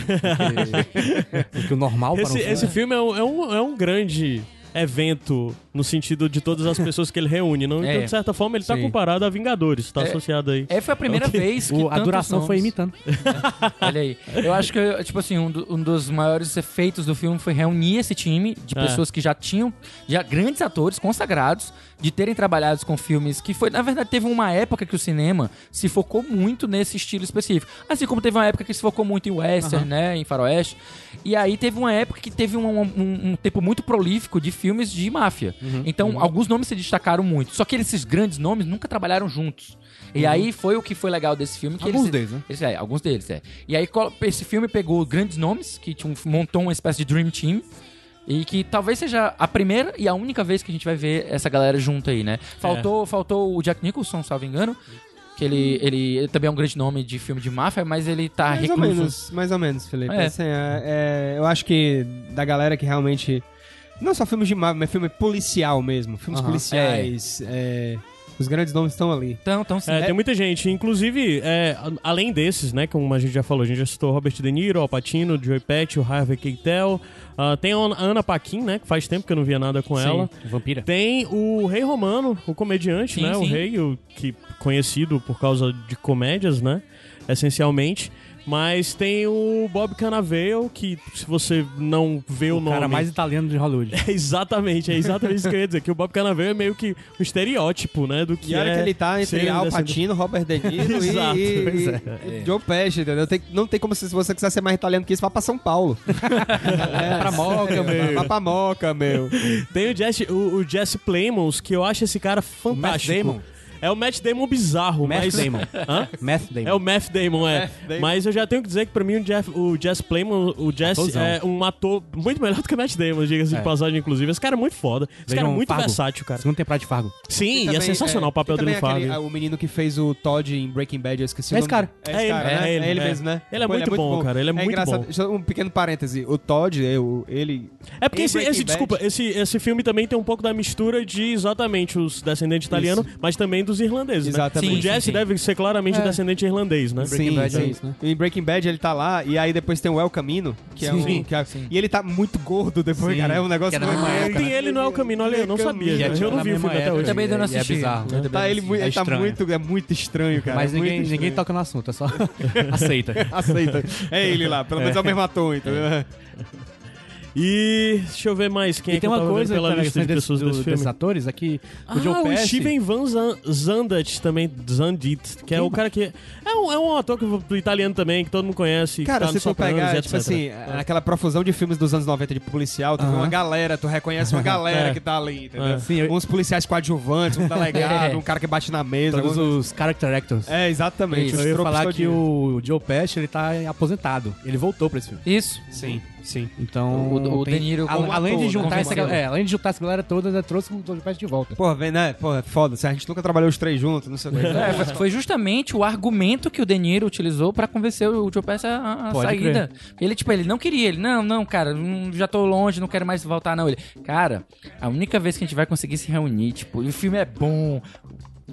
que, do que o normal para um
Esse,
filme.
esse filme é um, é um- é um grande evento no sentido de todas as pessoas que ele reúne. Não? Então,
É.
de certa forma, ele tá
Sim.
comparado a Vingadores, tá
É.
associado aí.
É, foi a primeira vez que
O- a
tantos
duração foi
nomes-
imitando.
Olha aí. Eu acho que, tipo assim, um, do- um dos maiores efeitos do filme foi reunir esse time de
É.
pessoas que já tinham, já grandes atores consagrados, de terem trabalhado com filmes que foi. Na verdade, teve uma época que o cinema se focou muito nesse estilo específico. Assim como teve uma época que se focou muito em western, né? Em faroeste. E aí teve uma época que teve um, um- um tempo muito prolífico de filmes de máfia. Então, alguns nomes se destacaram muito. Só que esses grandes nomes nunca trabalharam juntos. E aí foi o que foi legal desse filme. Que
Alguns
eles,
deles, né?
esse é, alguns deles, é. E aí colo- esse filme pegou grandes nomes, que tinha um- montou uma espécie de Dream Team. E que talvez seja a primeira e a única vez que a gente vai ver essa galera junto aí, né?
É.
Faltou, faltou o Jack Nicholson, salvo engano. Que ele, ele, ele também é um grande nome de filme de máfia, mas ele tá
mais ou
recluso.
menos, Ah, mais ou menos, Felipe.
É.
Assim, é- é, eu acho que da galera que realmente. Não só filmes de Marvel, mas filme policial mesmo. Filmes
Aham.
policiais. é, os grandes nomes estão ali.
Então, então sim.
É, tem muita gente, inclusive, é, a- além desses, né, como a gente já falou, a gente já citou Robert De Niro, Al Pacino, Joey Patch, o Harvey Keitel, ah, tem a Ana- a Ana Paquin, né, que faz tempo que eu não via nada com
É,
ela,
Vampira.
tem o Rei Romano, o comediante,
Sim,
né? O
sim.
rei, o que conhecido por causa de comédias, né? Essencialmente. Mas tem o Bob Cannavale, que se você não vê o,
O
nome...
cara mais italiano de Hollywood.
É exatamente, é exatamente isso que eu ia dizer. Que o Bob Cannavale é meio que um estereótipo, né? Do que
E olha
é
que ele tá
ser
entre
um
Al
descendente-
Pacino, Robert De Niro e-
Exato,
e,
pois
e-
é.
e Joe Pesci, entendeu? Tem- não tem como se, se você quiser ser mais italiano que isso, vá pra São Paulo. é, pra Moca, meu. Vá pra Moca, meu.
Tem o Jesse, o, o Jesse Plemons, que eu acho esse cara fantástico.
Damon.
É o Matt Damon bizarro,
Matt
mas...
Damon.
Hã?
Math Damon.
É o Matt Damon, é.
Damon.
Mas eu já tenho que dizer que pra mim o, Jeff, o Jess Plemons, o Jess
Atorzão.
é um ator muito melhor do que o Matt Damon, diga-se de passagem, inclusive. Esse cara é muito foda. Esse
Vejam
cara é muito
Fargo.
versátil, cara.
Segunda temporada de Fargo.
Sim,
E
e é
também,
sensacional o
e
papel é dele
também
no
aquele-
Fargo.
ah, o menino que fez o Todd em Breaking Bad, eu esqueci
É
o
esse
nome.
cara.
É,
É
esse
ele,
cara,
é
né?
ele,
É ele
é.
mesmo, né?
Ele é muito bom, cara, ele é muito
engraçado.
bom.
Só Um pequeno parêntese. O Todd, é o- ele...
É porque
em
esse,
Breaking
esse-
Bad-
desculpa, esse, esse filme também tem um pouco da mistura de exatamente os descendentes italianos, mas também dos irlandeses,
Exatamente.
né? O
Sim, sim,
Jesse
sim.
deve ser claramente descendente irlandês, né?
Sim,
Bad é
sim.
isso, né?
Em Breaking Bad ele tá lá, e aí depois tem o El Camino, que é
Sim.
um. Que é- e ele tá muito gordo depois,
Sim.
cara. É um negócio
Que é
muito-
da mesma
Tem ele não é o caminho, olha, eu não
Caminho.
sabia.
E é
gente,
tipo
eu não
na
vi o
mesma
filme até
época,
hoje.
também ainda não
e- e
assisti.
É bizarro.
Eu também
Tá, ele,
assim,
mui-
é
ele tá
estranho.
muito, é muito estranho, cara.
Mas
é muito
ninguém,
estranho.
ninguém toca no assunto, é só aceita.
aceita. É ele lá, pelo menos é o mesmo ator, entendeu?
E deixa eu ver mais quem é que
E tem
eu
uma
tava
coisa
vendo pela
cara,
lista de
desse-
pessoas
do-
desse
desses
filme.
atores aqui.
Ah,
o Joe
o
Pesci,
Steven Van Zan- Zandt também, Zandit, que é o cara que... É um, é um ator que- italiano também, que todo mundo conhece,
Cara,
que tá
se
no
for
Sopranos,
é
pegar,
e etc.
tipo assim, aquela profusão de filmes dos anos 90 de policial, tu vê uma galera, tu reconhece uma galera
É.
que tá ali, entendeu?
É.
Sim, eu-
Uns policiais coadjuvantes, um delegado,
É.
um cara que bate na mesa.
todos
alguma-
os character actors.
É, exatamente.
Isso.
os
eu ia
tropos
falar que
todinhos.
o Joe Pesci, ele tá aposentado. Ele voltou pra esse filme.
Isso.
Sim, sim.
Então,
O- o
tem-
De Niro
al-
como
além,
ator,
de juntar
né?
essa galera, é, além de juntar essa galera toda, né, trouxe o Joe Pesci de volta.
Porra, vem, né? Porra, é foda. Se a gente nunca trabalhou os três juntos, não sei o que.
É, foi- foi justamente o argumento que o De Niro utilizou pra convencer o Joe Pesci a, a
Pode
saída. Ele, tipo, ele não queria, ele, não, não, cara, hum, já tô longe, não quero mais voltar, não. Ele, cara, a única vez que a gente vai conseguir se reunir, tipo, e o filme é bom.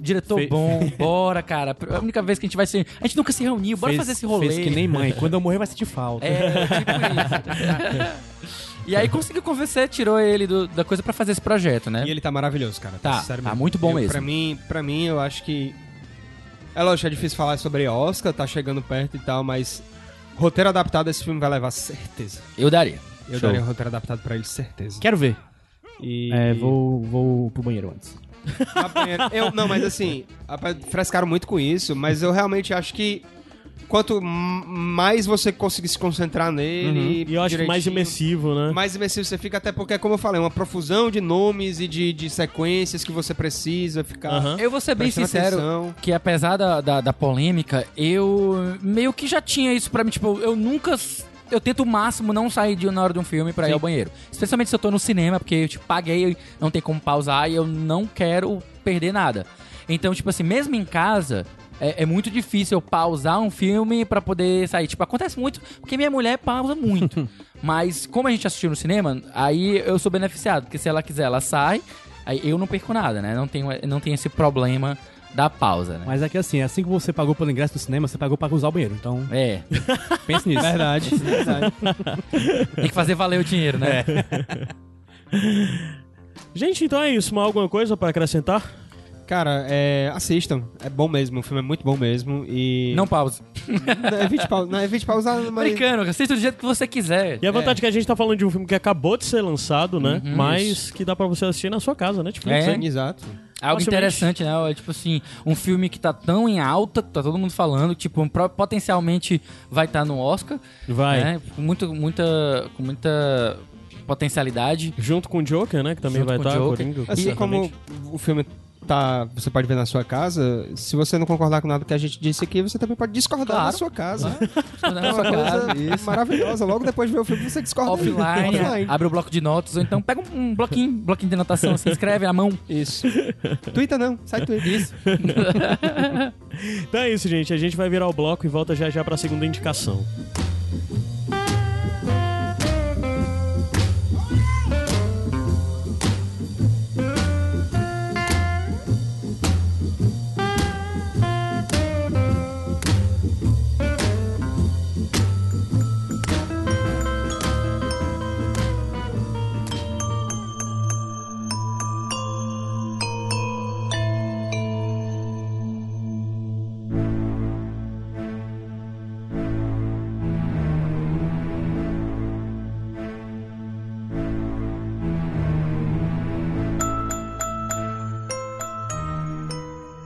Diretor
Fe-
bom, bora, cara. A única vez que a gente vai se. A gente nunca se reuniu, bora fazer esse rolê.
Fez que nem mãe. Quando eu morrer vai sentir falta.
É, tipo isso. e aí conseguiu convencer, tirou ele do- da coisa pra fazer esse projeto, né?
E ele tá maravilhoso, cara.
Tá,
sério
tá
mesmo.
muito bom
eu,
mesmo.
Pra mim, pra mim, eu acho que. É lógico, é difícil falar sobre Oscar, tá chegando perto e tal, mas roteiro adaptado esse filme vai levar certeza.
Eu daria.
Eu
Show.
daria um roteiro adaptado pra ele, certeza.
Quero ver.
E...
É, vou, vou pro banheiro antes.
Apanharam- Eu, não, mas assim, apa- frescaram muito com isso, mas eu realmente acho que quanto m- mais você conseguir se concentrar
Uhum.
nele.
E eu acho que mais
direitinho,
imersivo, né?
Mais imersivo você fica, até porque, é como eu falei, uma profusão de nomes e de, de sequências que você precisa ficar.
Aham.
Eu vou ser bem
prestando
sincero.
atenção.
Que apesar da, da, da polêmica, eu meio que já tinha isso pra mim. Tipo, eu nunca. s- Eu tento o máximo não sair de, na hora de um filme pra ir ao banheiro. Especialmente se eu tô no cinema, porque eu tipo, paguei, não tem como pausar e eu não quero perder nada. Então, tipo assim, mesmo em casa. É, é muito difícil eu pausar um filme pra poder sair. Tipo, acontece muito, porque minha mulher pausa muito. Mas como a gente assistiu no cinema, aí eu sou beneficiado, porque se ela quiser, ela sai, aí eu não perco nada, né? Não tenho, não tenho esse problema da pausa, né?
Mas é que assim, assim que você pagou pelo ingresso do cinema, você pagou pra usar o banheiro. Então,
É,
pense nisso.
Verdade, verdade.
tem que fazer valer o dinheiro, né?
É. Gente, então é isso. Mais alguma coisa pra acrescentar?
Cara, é, assistam. É bom mesmo, o filme é muito bom mesmo. E.
Não pausa.
não evite, pau, não, evite pausar, mas.
Brincando, assista do jeito que você quiser.
E a vantagem é que a gente tá falando de um filme que acabou de ser lançado, né?
Uhum,
mas que dá pra você assistir na sua casa, né? Tipo,
É.
Sim, Exato.
Algo
facilmente.
interessante, né? É Tipo assim, um filme que tá tão em alta, que tá todo mundo falando, tipo, um pro- potencialmente vai estar no Oscar,
Vai.
né? Com muito, muita, com muita potencialidade.
Junto com o Joker, né? Que também
Junto
vai
com o
estar.
Joker.
Coringa,
Assim como
certamente.
o filme tá, você pode ver na sua casa, se você não concordar com nada que a gente disse aqui, você também pode discordar
Claro.
na sua casa. É
Na
uma
sua casa.
coisa maravilhosa. Logo depois de ver o filme, você discorda.
Offline, abre o bloco de notas, ou então pega um, um bloquinho, bloquinho de anotação, se escreve à mão.
Isso. Twitter não, sai Twitter. Isso.
Então é isso, gente. A gente vai virar o bloco e volta já já pra segunda indicação.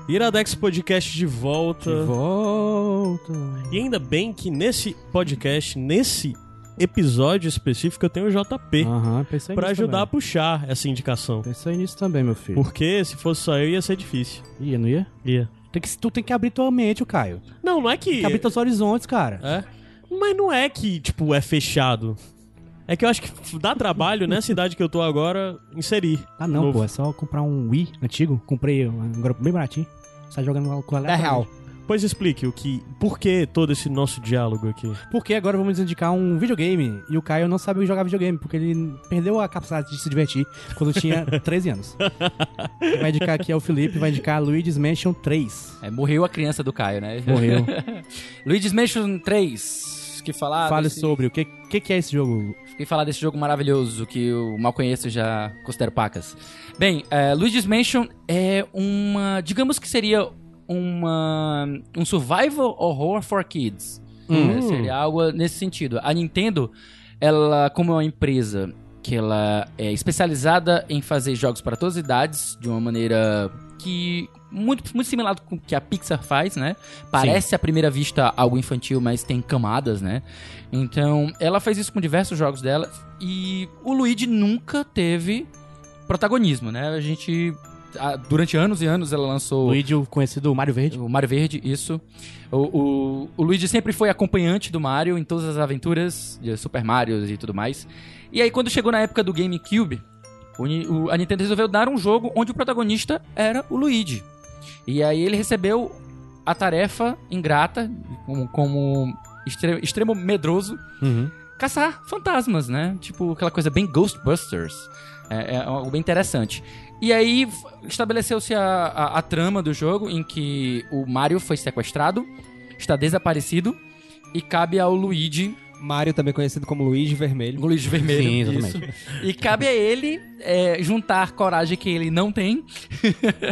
Iradex Podcast de volta.
Volta.
E ainda bem que nesse podcast, nesse episódio específico, eu tenho o JP
Aham, pensei
pra
nisso
ajudar a
Ah, também.
puxar essa indicação.
Pensei nisso também, meu filho.
Porque se fosse só eu, ia ser difícil.
Ia, não ia?
Ia.
Tem que, tu tem que abrir tua mente, o Caio. Tem
Não, não é que.
que abrir teus horizontes, cara.
É. Mas não é que, tipo, é fechado. É que eu acho que dá trabalho nessa idade que eu tô agora inserir.
Ah, não,
Novo.
pô. É só comprar um Wii antigo. Comprei agora bem baratinho. Sai jogando lá com a
É real.
Pois explique o que. Por que todo esse nosso diálogo aqui?
Porque agora vamos indicar um videogame. E o Caio não sabe jogar videogame, porque ele perdeu a capacidade de se divertir quando tinha 13 anos. Quem vai indicar aqui é o Felipe, vai indicar Luigi's Mansion 3.
É, morreu a criança do Caio, né?
Morreu.
Luigi's Mansion 3. Que falar
Fale
desse-
sobre o que, que, que é esse jogo.
E falar desse jogo maravilhoso que eu mal conheço e já considero pacas. Bem, é, Luigi's Mansion é uma. Digamos que seria uma. Um survival horror for kids. É, seria algo nesse sentido. A Nintendo, ela, como é uma empresa que ela é especializada em fazer jogos para todas as idades, de uma maneira que. Muito, muito similar com o que a Pixar faz, né? Parece à primeira vista algo infantil, mas tem camadas, né? Então, ela fez isso com diversos jogos dela e o Luigi nunca teve protagonismo, né? A gente ah, durante anos e anos ela lançou
Luigi, o um conhecido Mario Verde.
o Mario Verde, isso. O, o, o Luigi sempre foi acompanhante do Mario em todas as aventuras de Super Mario e tudo mais. E aí, quando chegou na época do GameCube, o Ni- o- a Nintendo resolveu dar um jogo onde o protagonista era o Luigi. E aí ele recebeu a tarefa ingrata, como, como extre- extremo medroso, caçar fantasmas, né? Tipo aquela coisa bem Ghostbusters. É, é algo bem interessante. E aí f- estabeleceu-se a, a- a trama do jogo em que o Mario foi sequestrado, está desaparecido e cabe ao Luigi,
Mario, também conhecido como Luigi Vermelho.
Luigi Vermelho,
Sim,
isso.
exatamente.
e cabe a ele é, juntar coragem que ele não tem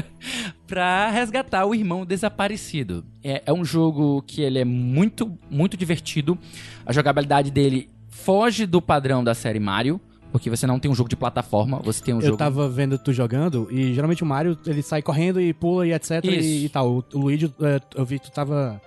pra resgatar o irmão desaparecido. É, é um jogo que ele é muito, muito divertido. A jogabilidade dele foge do padrão da série Mario, porque você não tem um jogo de plataforma, você tem um
Eu
jogo
tava vendo tu jogando e geralmente o Mario ele sai correndo e pula e etc
Isso.
e, e tal. O, o Luigi, é, eu vi que tu tava.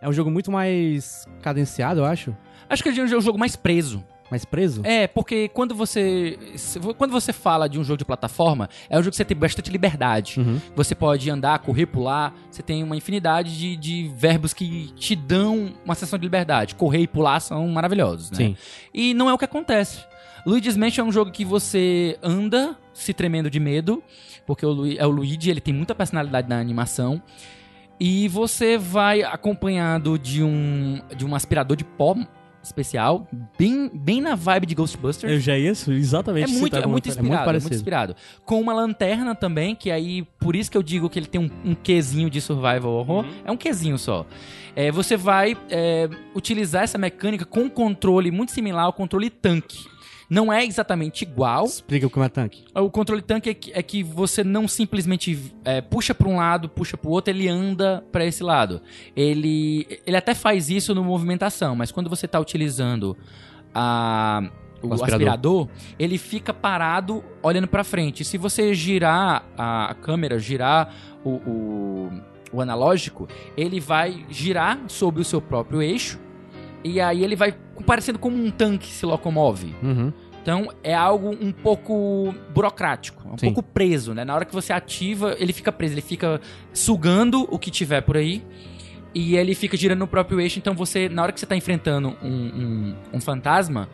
É um jogo muito mais cadenciado, eu acho.
Acho que ele é um jogo mais preso.
Mais preso.
É, porque quando você. se- Quando você fala de um jogo de plataforma, é um jogo que você tem bastante liberdade. Você pode andar, correr, pular. Você tem uma infinidade de, de verbos que te dão uma sensação de liberdade. Correr e pular são maravilhosos, né?
Sim.
E não é o que acontece. Luigi's Mansion é um jogo que você anda se tremendo de medo, porque o Lu- é o Luigi, ele tem muita personalidade na animação. E você vai acompanhado de um de um aspirador de pó especial, bem, bem na vibe de Ghostbusters.
Eu já ia su-
É
exatamente tá
muito,
citar
é
alguma
muito
coisa.
inspirado, é muito,
parecido.
inspirado. Com uma lanterna também, que aí, por isso que eu digo que ele tem um, um quezinho de survival horror. É um quezinho só. É, você vai é, utilizar essa mecânica com um controle muito similar ao controle tanque. Não é exatamente igual.
Explica como é tanque.
O controle tanque é que, é que você não simplesmente é, puxa pra um lado, puxa pro outro, ele anda pra esse lado. Ele, ele até faz isso no movimentação, mas quando você tá utilizando a, o,
O
aspirador.
aspirador.
ele fica parado olhando pra frente. Se você girar a, a câmera, girar o, o, o analógico, ele vai girar sobre o seu próprio eixo e aí ele vai parecendo como um tanque se locomove.
Uhum.
Então é algo um pouco burocrático, um
Sim.
pouco preso, né? Na hora que você ativa, ele fica preso, ele fica sugando o que tiver por aí. E ele fica girando no próprio eixo, então você, na hora que você tá enfrentando um, um, um fantasma,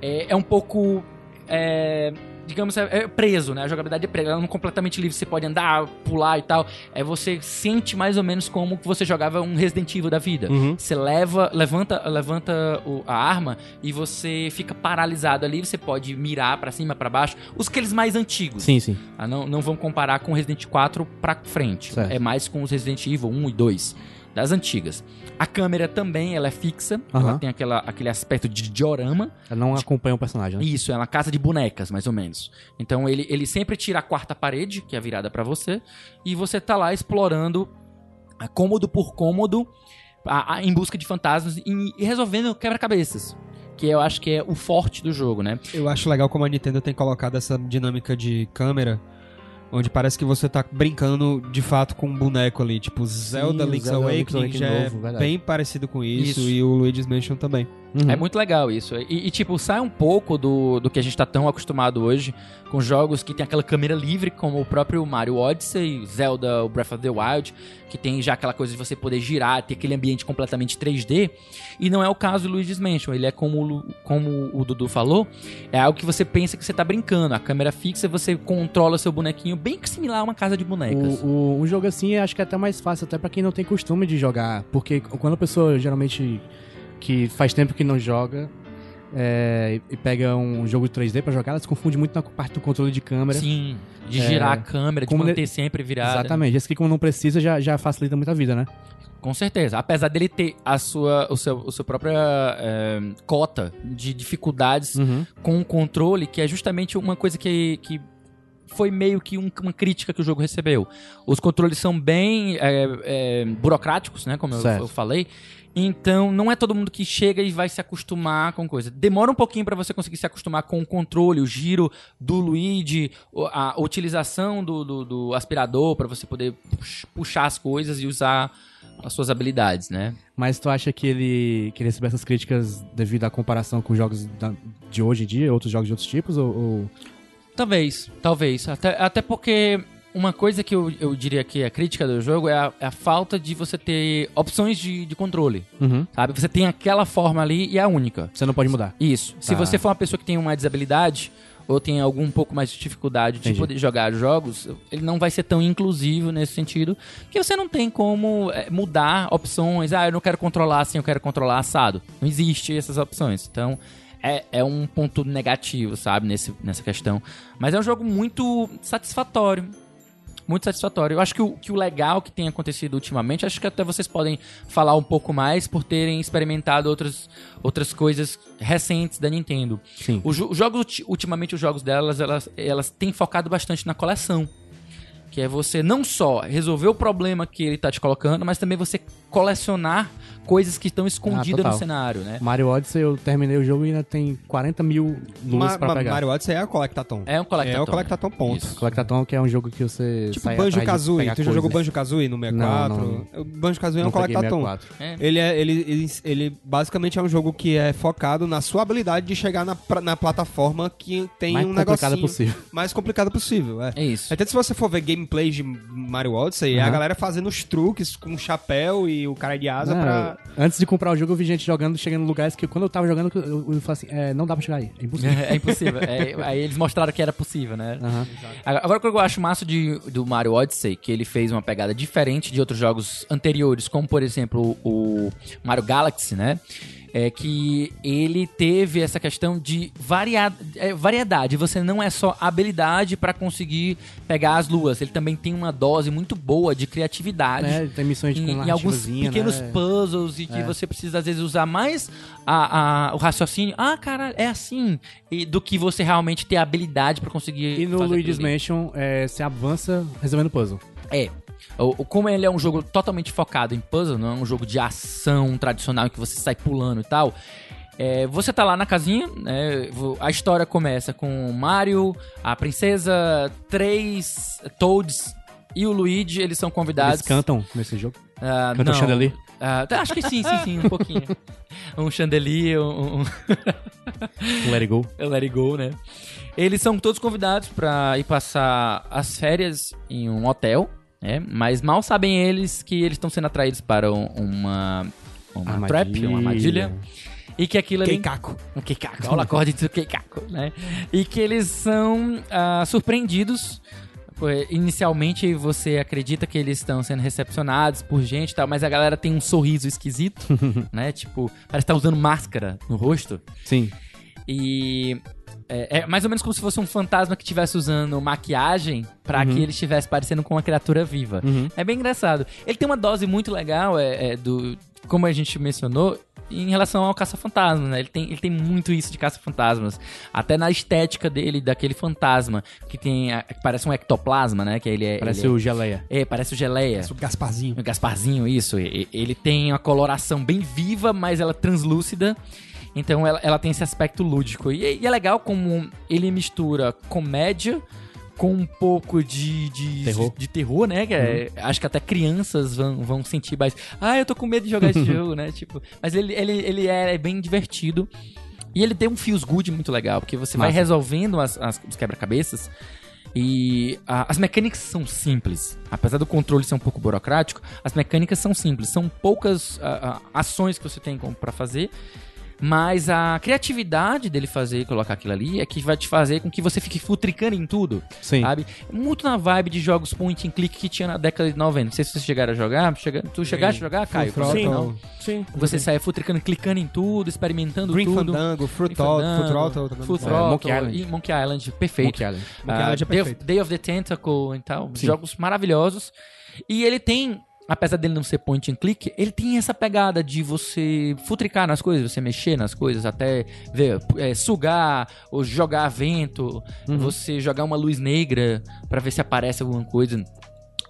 é, é um pouco. é, digamos, é, é preso, né? A jogabilidade é presa, ela não é completamente livre, você pode andar, pular e tal. É você sente mais ou menos como que você jogava um Resident Evil da vida.
Uhum.
Você leva, levanta, levanta o- a arma e você fica paralisado ali. Você pode mirar pra cima, pra baixo. Os que eles mais antigos.
Sim, sim.
Ah, não, não vão comparar com Resident 4 pra frente.
Certo.
É mais com os Resident Evil 1 e 2 das antigas. A câmera também ela é fixa.
Aham.
Ela tem aquela, aquele aspecto de diorama.
Ela não acompanha o personagem, né?
Isso, é uma casa de bonecas, mais ou menos. Então ele, ele sempre tira a quarta parede, que é virada pra você, e você tá lá explorando a cômodo por cômodo a- a- em busca de fantasmas e, e resolvendo quebra-cabeças. Que eu acho que é o forte do jogo, né?
Eu acho legal como a Nintendo tem colocado essa dinâmica de câmera, onde parece que você tá brincando de fato com um boneco ali, tipo Zelda
o
Link's
Zelda Link's
Awakening
Awakening
já é
novo, verdade.
bem parecido com isso,
Isso.
e o Luigi's Mansion também.
Uhum.
É muito legal isso. E, e, tipo, sai um pouco do, do que a gente tá tão acostumado hoje com jogos que tem aquela câmera livre, como o próprio Mario Odyssey, Zelda, o Breath of the Wild, que tem já aquela coisa de você poder girar, ter aquele ambiente completamente 3D. E não é o caso do Luigi's Mansion. Ele é como, o Lu- como o Dudu falou, é algo que você pensa que você tá brincando. A câmera fixa, você controla seu bonequinho bem que similar a uma casa de bonecas.
O, o- um jogo assim eu acho que é até mais fácil, até pra quem não tem costume de jogar. Porque quando a pessoa geralmente que faz tempo que não joga é, e e pega um jogo 3D pra jogar, ela se confunde muito na parte do controle de câmera.
Sim, né? de
É,
girar a câmera, de
como ne-
manter sempre virada.
Exatamente. Esse aqui, como não precisa, já, já facilita muito a vida, né?
Com certeza. Apesar dele ter a sua, o seu, o seu própria eh, cota de dificuldades com o controle, que é justamente uma coisa que, que foi meio que um- uma crítica que o jogo recebeu. Os controles são bem eh, eh, burocráticos, né? Como eu,
Certo.
eu falei. Então, não é todo mundo que chega e vai se acostumar com coisa. Demora um pouquinho pra você conseguir se acostumar com o controle, o giro do Luigi, o- a utilização do, do- do aspirador pra você poder pux- puxar as coisas e usar as suas habilidades, né?
Mas tu acha que ele, que ele recebeu essas críticas devido à comparação com jogos da- de hoje em dia, outros jogos de outros tipos? Ou, ou-
Talvez, talvez. Até, até porque uma coisa que eu, eu diria que é crítica do jogo é a, é a falta de você ter opções de, de controle, sabe? Você tem aquela forma ali e é a única.
Você não pode mudar.
Isso. Se
Tá.
você for uma pessoa que tem uma desabilidade ou tem algum um pouco mais de dificuldade de
Entendi.
poder jogar jogos, ele não vai ser tão inclusivo nesse sentido, porque você não tem como é, mudar opções. Ah, eu não quero controlar assim, eu quero controlar assado. Não existe essas opções. Então, é, é um ponto negativo, sabe, nesse, nessa questão. Mas é um jogo muito satisfatório. Muito satisfatório. Eu acho que o, que o legal que tem acontecido ultimamente, acho que até vocês podem falar um pouco mais por terem experimentado outras, outras coisas recentes da Nintendo.
Sim.
Os jo- os jogos, ulti- ultimamente, os jogos delas, elas, elas têm focado bastante na coleção. Que é você não só resolver o problema que ele tá te colocando, mas também você colecionar coisas que estão escondidas no
Ah, total. Hum.
cenário, né?
Mario Odyssey, eu terminei o jogo e ainda tem 40 mil luas
Ma-
pra
ma-
pegar.
Mario Odyssey é a Collectathon.
É um colectatom.
É o Collectatom, ponto.
Isso.
Collectathon, que é um jogo que você
Tipo
sai
Banjo
atrás de
Kazooie.
pegar
Tu já jogou
coisas.
Banjo Kazooie no
Não,
64?
não,
O Banjo Kazooie é um
Não peguei
Collectathon.
64.
É.
Ele, é, ele, ele, ele basicamente é um jogo que é focado na sua habilidade de chegar na, pra- na plataforma que tem
Mais
um
complicada
negocinho
possível.
mais complicado possível. É.
É isso.
Até se você for ver gameplay de Mario Odyssey, é a galera fazendo os truques com chapéu e o cara de asa
Não,
pra.
Antes de comprar o jogo, eu vi gente jogando, chegando em lugares que quando eu tava jogando, eu, eu, eu falei assim, é, não dá pra chegar aí, é impossível.
É impossível. É, aí eles mostraram que era possível, né?
Aham.
Agora, agora o que eu acho massa de, do Mario Odyssey, que ele fez uma pegada diferente de outros jogos anteriores, como por exemplo o Mario Galaxy, né? É que ele teve essa questão de varia- é, variedade. Você não é só habilidade pra conseguir pegar as luas. Ele também tem uma dose muito boa de criatividade
Né, Tem missões de
É. em, em alguns
né?
pequenos puzzles e
É.
que você precisa às vezes usar mais a, a- o raciocínio. Ah, cara, é assim. E do que você realmente ter habilidade pra conseguir.
E no
fazer
Luigi's
aquilo ali.
Mansion, é, você avança resolvendo puzzle.
É. O, o- como ele é um jogo totalmente focado em puzzle, não é um jogo de ação tradicional em que você sai pulando e tal. é, você tá lá na casinha, né, vo- a história começa com o Mario, a princesa, três Toads e o Luigi, eles são convidados.
Eles cantam nesse jogo.
Ah,
Canta o
não.
chandelier?
Ah, tá, acho que sim, sim, sim, um pouquinho. Um chandelier, um, um
Let it go.
Let It Go, né? Eles são todos convidados pra ir passar as férias em um hotel, né? Mas mal sabem eles que eles estão sendo atraídos para um- uma, uma trap, uma armadilha. E que aquilo ali...
Keikaku.
Um Keikaku. Olha o acorde do Keikaku, né? E que eles são ah, surpreendidos. Pô, Inicialmente você acredita que eles estão sendo recepcionados por gente e tal, mas a galera tem um sorriso esquisito, né? Tipo, parece que tá usando máscara no rosto.
Sim.
E é, é mais ou menos como se fosse um fantasma que estivesse usando maquiagem pra
Uhum.
que ele estivesse parecendo com uma criatura viva. É bem engraçado. Ele tem uma dose muito legal, é, é, do como a gente mencionou, em relação ao caça-fantasmas, né? Ele tem, ele tem muito isso de caça-fantasmas. Até na estética dele, daquele fantasma, que tem. a- que parece um ectoplasma, né? Que ele é.
Parece
ele
o Geleia.
é, é, parece o geleia.
O Gasparzinho.
O Gasparzinho, isso. e- e- Ele tem uma coloração bem viva, mas ela é translúcida. Então ela, ela tem esse aspecto lúdico. E, é- e é legal como ele mistura comédia com um pouco de, de,
Terror.
de terror, né? Que é- Acho que até crianças vão, vão sentir mais. Ah, eu tô com medo de jogar esse jogo, né? Tipo, mas ele, ele, ele é bem divertido. E ele tem um feels good muito legal, porque você vai
Massa.
resolvendo as, as- os quebra-cabeças. E ah, as mecânicas são simples. Apesar do controle ser um pouco burocrático, as mecânicas são simples. São poucas ah, ah, ações que você tem como pra fazer. Mas a criatividade dele fazer e colocar aquilo ali é que vai te fazer com que você fique futricando em tudo,
Sim.
sabe? Muito na vibe de jogos point and click que tinha na década de 90. Não sei se vocês chegaram a jogar. Chega... Tu chegaste a jogar, Caio?
Frottle.
Sim.
Não.
Sim.
Você saia futricando, clicando em tudo, experimentando
Green
tudo.
Fandango, tá Fruit
Fandango,
Throttle. também.
Full
É,
Throttle
Monkey Island.
e Monkey Island, perfeito.
Monkey Island.
Monkey Island é
Day, of,
perfeito.
Day of the Tentacle e tal, jogos maravilhosos. E ele tem, apesar dele não ser point and click, ele tem essa pegada de você futricar nas coisas, você mexer nas coisas, até ver, é, sugar, ou jogar vento, você jogar uma luz negra pra ver se aparece alguma coisa.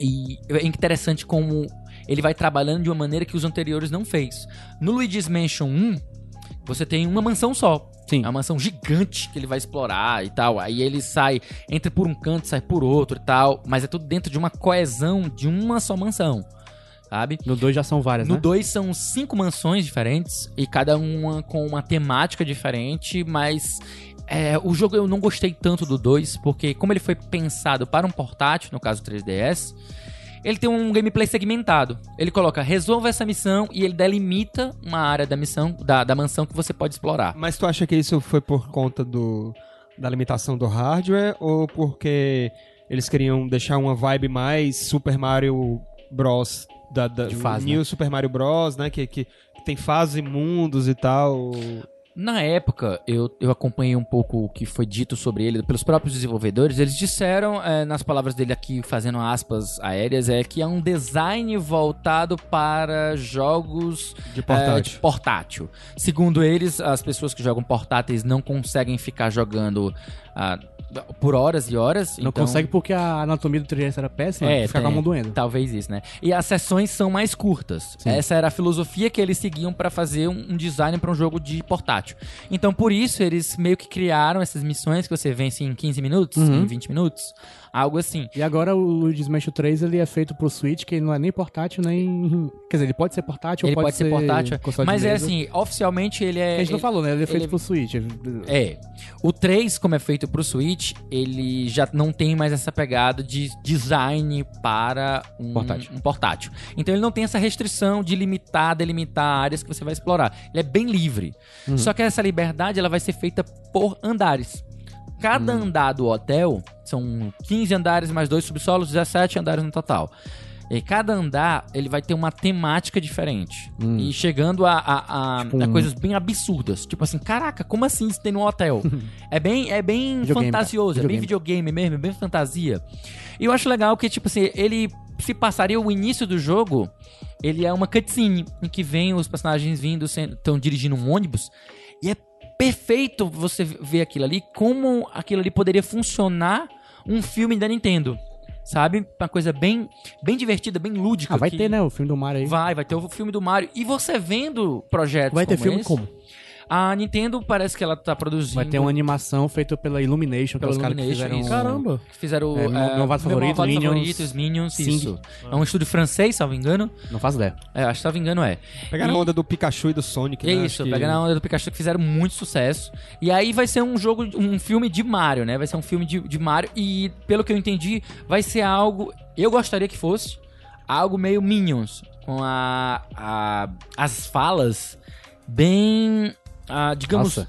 E é interessante como ele vai trabalhando de uma maneira que os anteriores não fez. No Luigi's Mansion 1, você tem uma mansão só.
Sim.
É uma mansão gigante que ele vai explorar e tal. Aí ele sai, entra por um canto, sai por outro e tal. Mas é tudo dentro de uma coesão de uma só mansão, sabe?
No 2 já são várias,
No
né?
2 são cinco mansões diferentes e cada uma com uma temática diferente, mas é, o jogo eu não gostei tanto do 2, porque como ele foi pensado para um portátil, no caso 3DS, ele tem um gameplay segmentado. Ele coloca resolva essa missão e ele delimita uma área da missão, da, da mansão que você pode explorar.
Mas tu acha que isso foi por conta do, da limitação do hardware ou porque eles queriam deixar uma vibe mais Super Mario Bros. Da, da,
De fase,
né? New Super Mario Bros, né? Que, que, que tem fase, mundos e tal.
Na época, eu, eu acompanhei um pouco o que foi dito sobre ele pelos próprios desenvolvedores. Eles disseram, eh, nas palavras dele aqui, fazendo aspas aéreas, é que é um design voltado para jogos
De
eh, de portátil. Segundo eles, as pessoas que jogam portáteis não conseguem ficar jogando ah, por horas e horas.
Não
então-
consegue porque a anatomia do 3 era péssima,
É,
ficar com a
tem.
mão doendo.
Talvez isso, né? E as sessões são mais curtas. Essa era a filosofia que eles seguiam pra fazer um, um design pra um jogo de portátil. Então, por isso, eles meio que criaram essas missões que você vence em 15 minutos,
Uhum.
em 20 minutos, algo assim.
E agora o Luigi's Mansion 3 ele é feito pro Switch, que ele não é nem portátil, nem. Quer dizer, ele pode ser portátil
Ele
ou Tipo, pode,
pode ser, portátil,
console de
mas é
mesa.
assim, oficialmente ele é.
A gente não
ele-
falou, né? Ele Ah, é feito
ele-
pro Switch.
É. O 3, como é feito pro Switch, ele já não tem mais essa pegada de design para um
Portátil.
um portátil. Então ele não tem essa restrição de limitar, delimitar áreas que você vai explorar. Ele é bem livre. Só que essa liberdade ela vai ser feita por andares. Cada andar do hotel são 15 andares mais dois subsolos, 17 andares no total. E cada andar ele vai ter uma temática diferente. E chegando a, a- a- a coisas bem absurdas. Tipo assim, caraca, como assim isso tem num hotel? é bem, é bem
Videogame,
fantasioso, é bem
videogame.
videogame mesmo, é bem fantasia. E eu acho legal que, tipo assim, ele se passaria o início do jogo. Ele é uma cutscene em que vem os personagens vindo, estão dirigindo um ônibus. E é perfeito você ver aquilo ali, como aquilo ali poderia funcionar um filme da Nintendo. Sabe? Uma coisa bem, bem divertida, bem lúdica.
Ah, vai
que-
ter, né? O filme do Mario aí.
Vai, vai ter o filme do Mario. E você vendo
É,
projetos
Vai ter
como
filme
esse,
como?
A Nintendo parece que ela tá produzindo...
Vai ter um uma animação feita pela Illumination,
Pela
pelos caras que
Illumination,
fizeram.
isso.
Caramba.
Que fizeram...
É,
eh,
meu malvado favorito,
malvado
Minions,
favorito, os Minions,
Sing.
isso. É um estúdio francês, salvo engano.
Não faço ideia.
É, acho que salvo engano é.
Pegaram
E-
a onda do Pikachu e do Sonic,
é
né?
isso,
Acho que-
pegando a onda do Pikachu que fizeram muito sucesso. E aí vai ser um jogo, um filme de Mario, né? Vai ser um filme de, de Mario. E pelo que eu entendi, vai ser algo. Eu gostaria que fosse algo meio Minions. Com a. a- as falas bem. ah, digamos.
Nossa.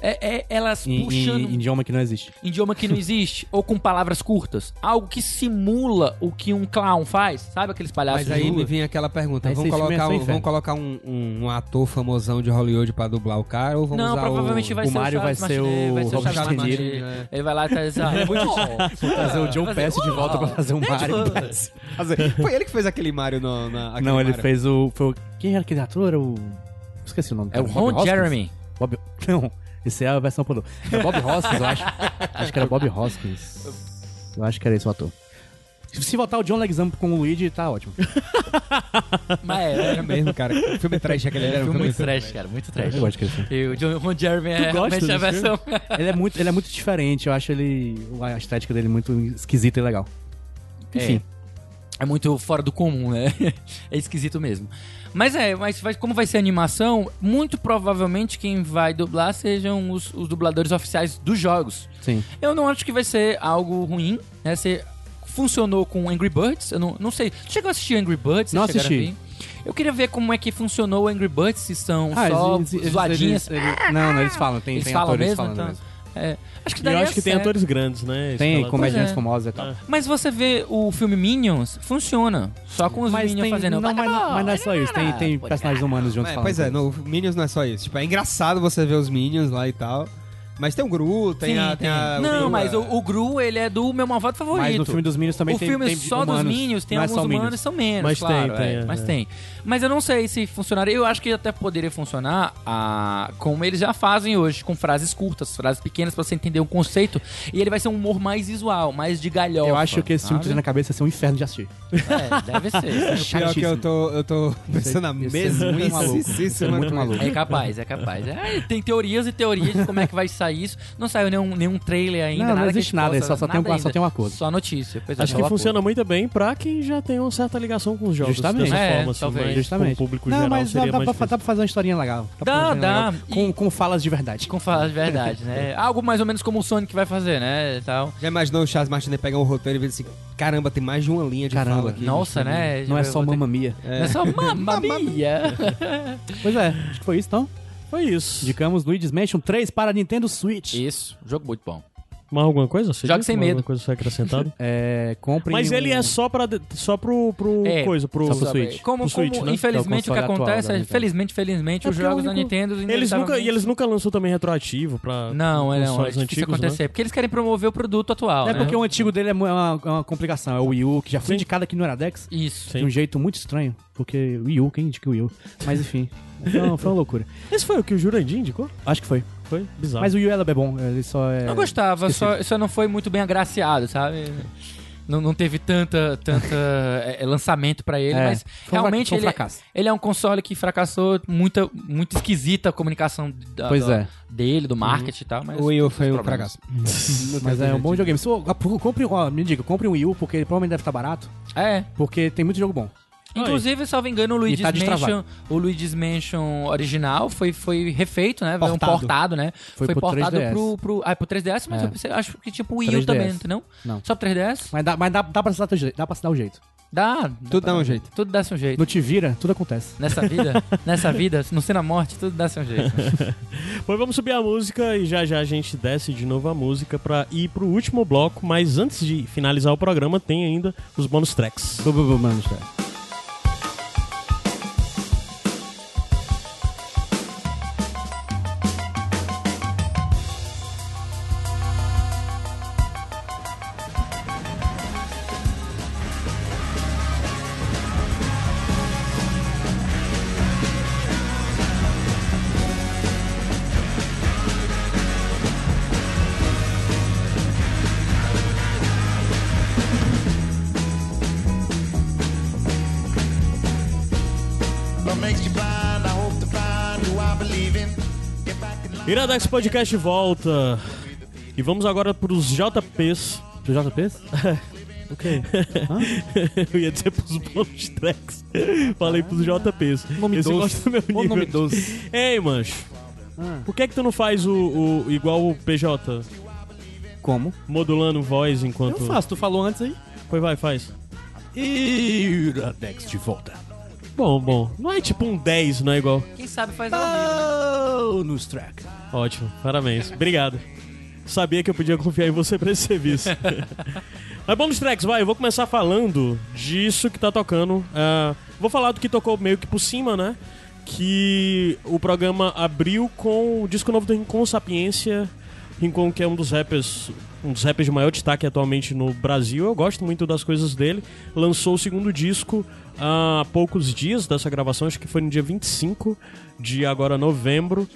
é- é- elas
Em,
puxando
em- em idioma que não existe.
em idioma que não existe, ou com palavras curtas. Algo que simula o que um clown faz. Sabe aqueles palhaços
Mas
de
aí
rua?
me vem aquela pergunta:
Aí
vamos
vocês
colocar,
começam
um,
o
vamos
inferno.
colocar um, um- um ator famosão de Hollywood pra dublar o cara ou vamos
Não,
usar
provavelmente
o...
vai
o
ser
Mario
o
vai
Charles
ser
Martinet,
o
vai ser o
Robert
Charles
De
Niro.
Martinet.
É.
Ele vai lá e traz a...
Vou trazer o John Pass
um
de volta pra fazer o
É,
Mario.
tipo,
Fazer- Foi ele que fez aquele Mario no, na. aquele
Não, ele
Mario.
fez o. Foi o quem era aquele ator? Era o. Esqueci o nome.
É o
cara. Bob
Ron
Hoskins?
Jeremy.
Bob... Não, esse é a versão pornô. É Bob Hoskins, eu acho. acho que era Bob Hoskins. Eu acho que era esse o ator. Se voltar o John Leguizamo com o Luigi, tá ótimo.
Mas é,
Era mesmo, cara. O filme trash aquele
é,
era um filme
muito trash, cara, muito trash.
Eu gosto que ele fez.
E o John Ron Jeremy
gosta
é realmente a
desse
versão...
Ele é muito, ele é muito diferente, eu acho ele. A estética dele muito esquisita e legal. Enfim.
É muito fora do comum, né? É esquisito mesmo. Mas é, mas vai- como vai ser a animação, muito provavelmente quem vai dublar sejam os, os dubladores oficiais dos jogos.
Sim.
Eu não acho que vai ser algo ruim, né? Você funcionou com Angry Birds, eu não, não sei. Chegou a assistir Angry Birds?
Não
Vocês chegaram
assisti.
a ver? Eu queria ver como é que funcionou o Angry Birds, se são
Ah,
só
eles- eles-
zoadinhas.
eles- eles- não, não, eles falam, tem,
Eles
tem
falam
atores
mesmo,
falando né?
então?
mesmo.
É, acho que
E eu
daria
acho que tem
certo.
atores grandes, né?
Tem
escalados.
comediantes
é.
famosos e tal.
Mas você vê o filme Minions, funciona. Só com os
Mas
Minions
tem,
fazendo...
não, mas, não- mas não é só isso, tem, tem personagens humanos juntos
É,
falando.
pois é, no Minions não é só isso. Tipo, é engraçado você ver os Minions lá e tal. Mas tem o Gru, tem
Sim,
a. Tem a
Não,
o-
mas o, o Gru, ele é do meu malvado favorito.
Mas no filme é dos Minions também
o
tem
filme é
tem
só
humanos,
dos Minions, tem
não é
alguns
só Minions.
humanos que são menos,
Mas tem,
claro,
tem,
é,
é,
mas
é.
tem. Mas eu não sei se funcionaria. Eu acho que até poderia funcionar ah, como eles já fazem hoje, com frases curtas, frases pequenas pra você entender o conceito. E ele vai ser um humor mais visual, mais de galhofa.
Eu acho que esse filme que
sabe?
na cabeça ia ser um inferno de assistir.
É, deve ser.
Pior que eu tô, eu tô pensando na
Isso é- isso é muito maluco. Isso é
mesmíssima
muito
coisa.
maluco.
É capaz, é capaz. É, tem teorias e teorias de como é que vai sair isso. Não saiu nenhum, nenhum trailer ainda.
Não, não
nada que a
existe
gente
nada,
possa-
só- só tem um- só
ainda.
tem um acordo.
Só notícia. pois é,
Acho
só
que
um acordo.
funciona muito bem pra quem já tem uma certa ligação com os jogos.
Justamente.
Dessa
É,
forma, assim,
talvez.
mas
Justamente.
pro público
Não,
geral
mas dá,
seria
dá
mais
pra, dá pra fazer uma historinha legal. pra
Dá,
fazer uma
dá.
legal. Com, com falas de verdade.
Com falar de verdade, né? Algo mais ou menos como o Sonic vai fazer, né? e Tal.
Já imaginou o Charles Martinet pegar um roteiro e ver assim: caramba, tem mais de uma linha de
Caramba.
fala aqui.
Nossa, né?
Não é só
mamãe.
Mamma Mia.
Não é só mamamia.
Pois é, acho que foi isso então.
Foi isso.
Indicamos Luigi's Mansion 3 para Nintendo Switch.
Isso, um jogo muito bom.
Mais alguma coisa? Você
Jogue
disse?
sem
Mais
medo.
Alguma coisa foi acrescentada?
É, comprem
Mas
um-
ele é só pra. de- Só pro. pro
É,
coisa, pro.
só pro
sabe?
Switch.
Como,
Pro Switch,
como,
né?
infelizmente,
É o
o que
console atual
acontece
da
é,
Nintendo.
felizmente, felizmente,
É
os
porque é o
jogos da
único-
Nintendo...
então. Eles nunca, e
inevitavelmente-
eles nunca lançou também retroativo pra.
Não, é, não, é
consoles
difícil
antigos, né?
acontecer. Porque eles querem promover o produto atual,
É
né?
porque o antigo dele é mu- é uma, é uma complicação. É o Wii U, que já foi indicado aqui no Iradex.
Isso.
Sim.
De um jeito muito estranho. Porque Wii U, quem indica o Wii U? Mas enfim, foi uma, foi uma loucura.
Esse foi o que o Jurandir indicou?
Acho que foi.
Foi bizarro.
Mas o Wii U ela é bom. Ele só é...
Eu gostava, só, só não foi muito bem agraciado, sabe? Não, não teve tanta, tanta é, é, lançamento pra ele,
É,
mas
foi um
realmente
fra- foi um
ele,
fracasso.
ele é um console que fracassou muita, muito esquisita a comunicação da-
Pois
da-
é.
dele, do marketing e tal, mas...
O Wii U foi um
problemas.
fracasso.
Mas é um bom videogame. Se, eu- compre, ó, me diga, compre um Wii U, porque ele provavelmente deve estar barato.
É.
Porque tem muito jogo bom.
Inclusive, salvo engano, o Luigi's
tá
Mansion,
destravado.
o Luigi's Mansion original foi, foi refeito, né? Foi um
Portado.
portado, né?
Foi pro
portado
3DS.
pro, pro, ah, pro 3DS, mas eu pensei- acho que tipo o Wii U
3DS.
também, não?
Não.
Só pro 3DS?
Mas dá, mas dá, dá pra se dar, teu je- dá pra se dar o jeito.
Dá.
Tudo dá um jeito.
Tudo dá-se um jeito.
No Te Vira, tudo acontece.
Nessa vida, nessa vida, não ser na morte, tudo dá-se um jeito.
Pois vamos subir a música e já já a gente desce de novo a música pra ir pro último bloco. Mas antes de finalizar o programa, tem ainda os bônus tracks.
Bu- bu- bu- mano, cara.
What makes you blind? I hope to find who I believe in. Get back in line.
Iradex Podcast volta. E vamos agora pros JPs.
Tu joga PS?
Ok. Eu ia dizer pros bônus tracks. Falei pros JPs.
Nome
Esse
doce.
gosta do meu
Ô,
nível.
nome doce. Ah.
Ei, mancho. Por que é que tu não faz o, o- igual o PJ?
Como?
Modulando voz enquanto.
Eu faço, tu falou antes aí.
Pois vai, faz.
Iradex de volta.
Bom, bom. Não é tipo um 10, não é igual.
Quem sabe faz ao vivo, né?
Bonus track.
Ótimo, parabéns. Obrigado. Sabia que eu podia confiar em você pra esse serviço. Mas bônus tracks, vai, eu vou começar falando disso que tá tocando. Ah, vou falar do que tocou meio que por cima, né? Que o programa abriu com o disco novo do Rincon Sapiência. Rincon, que é um dos rappers, um dos rappers de maior destaque atualmente no Brasil. Eu gosto muito das coisas dele. Lançou o segundo disco ah, há poucos dias dessa gravação, acho que foi no dia 25 de agora novembro.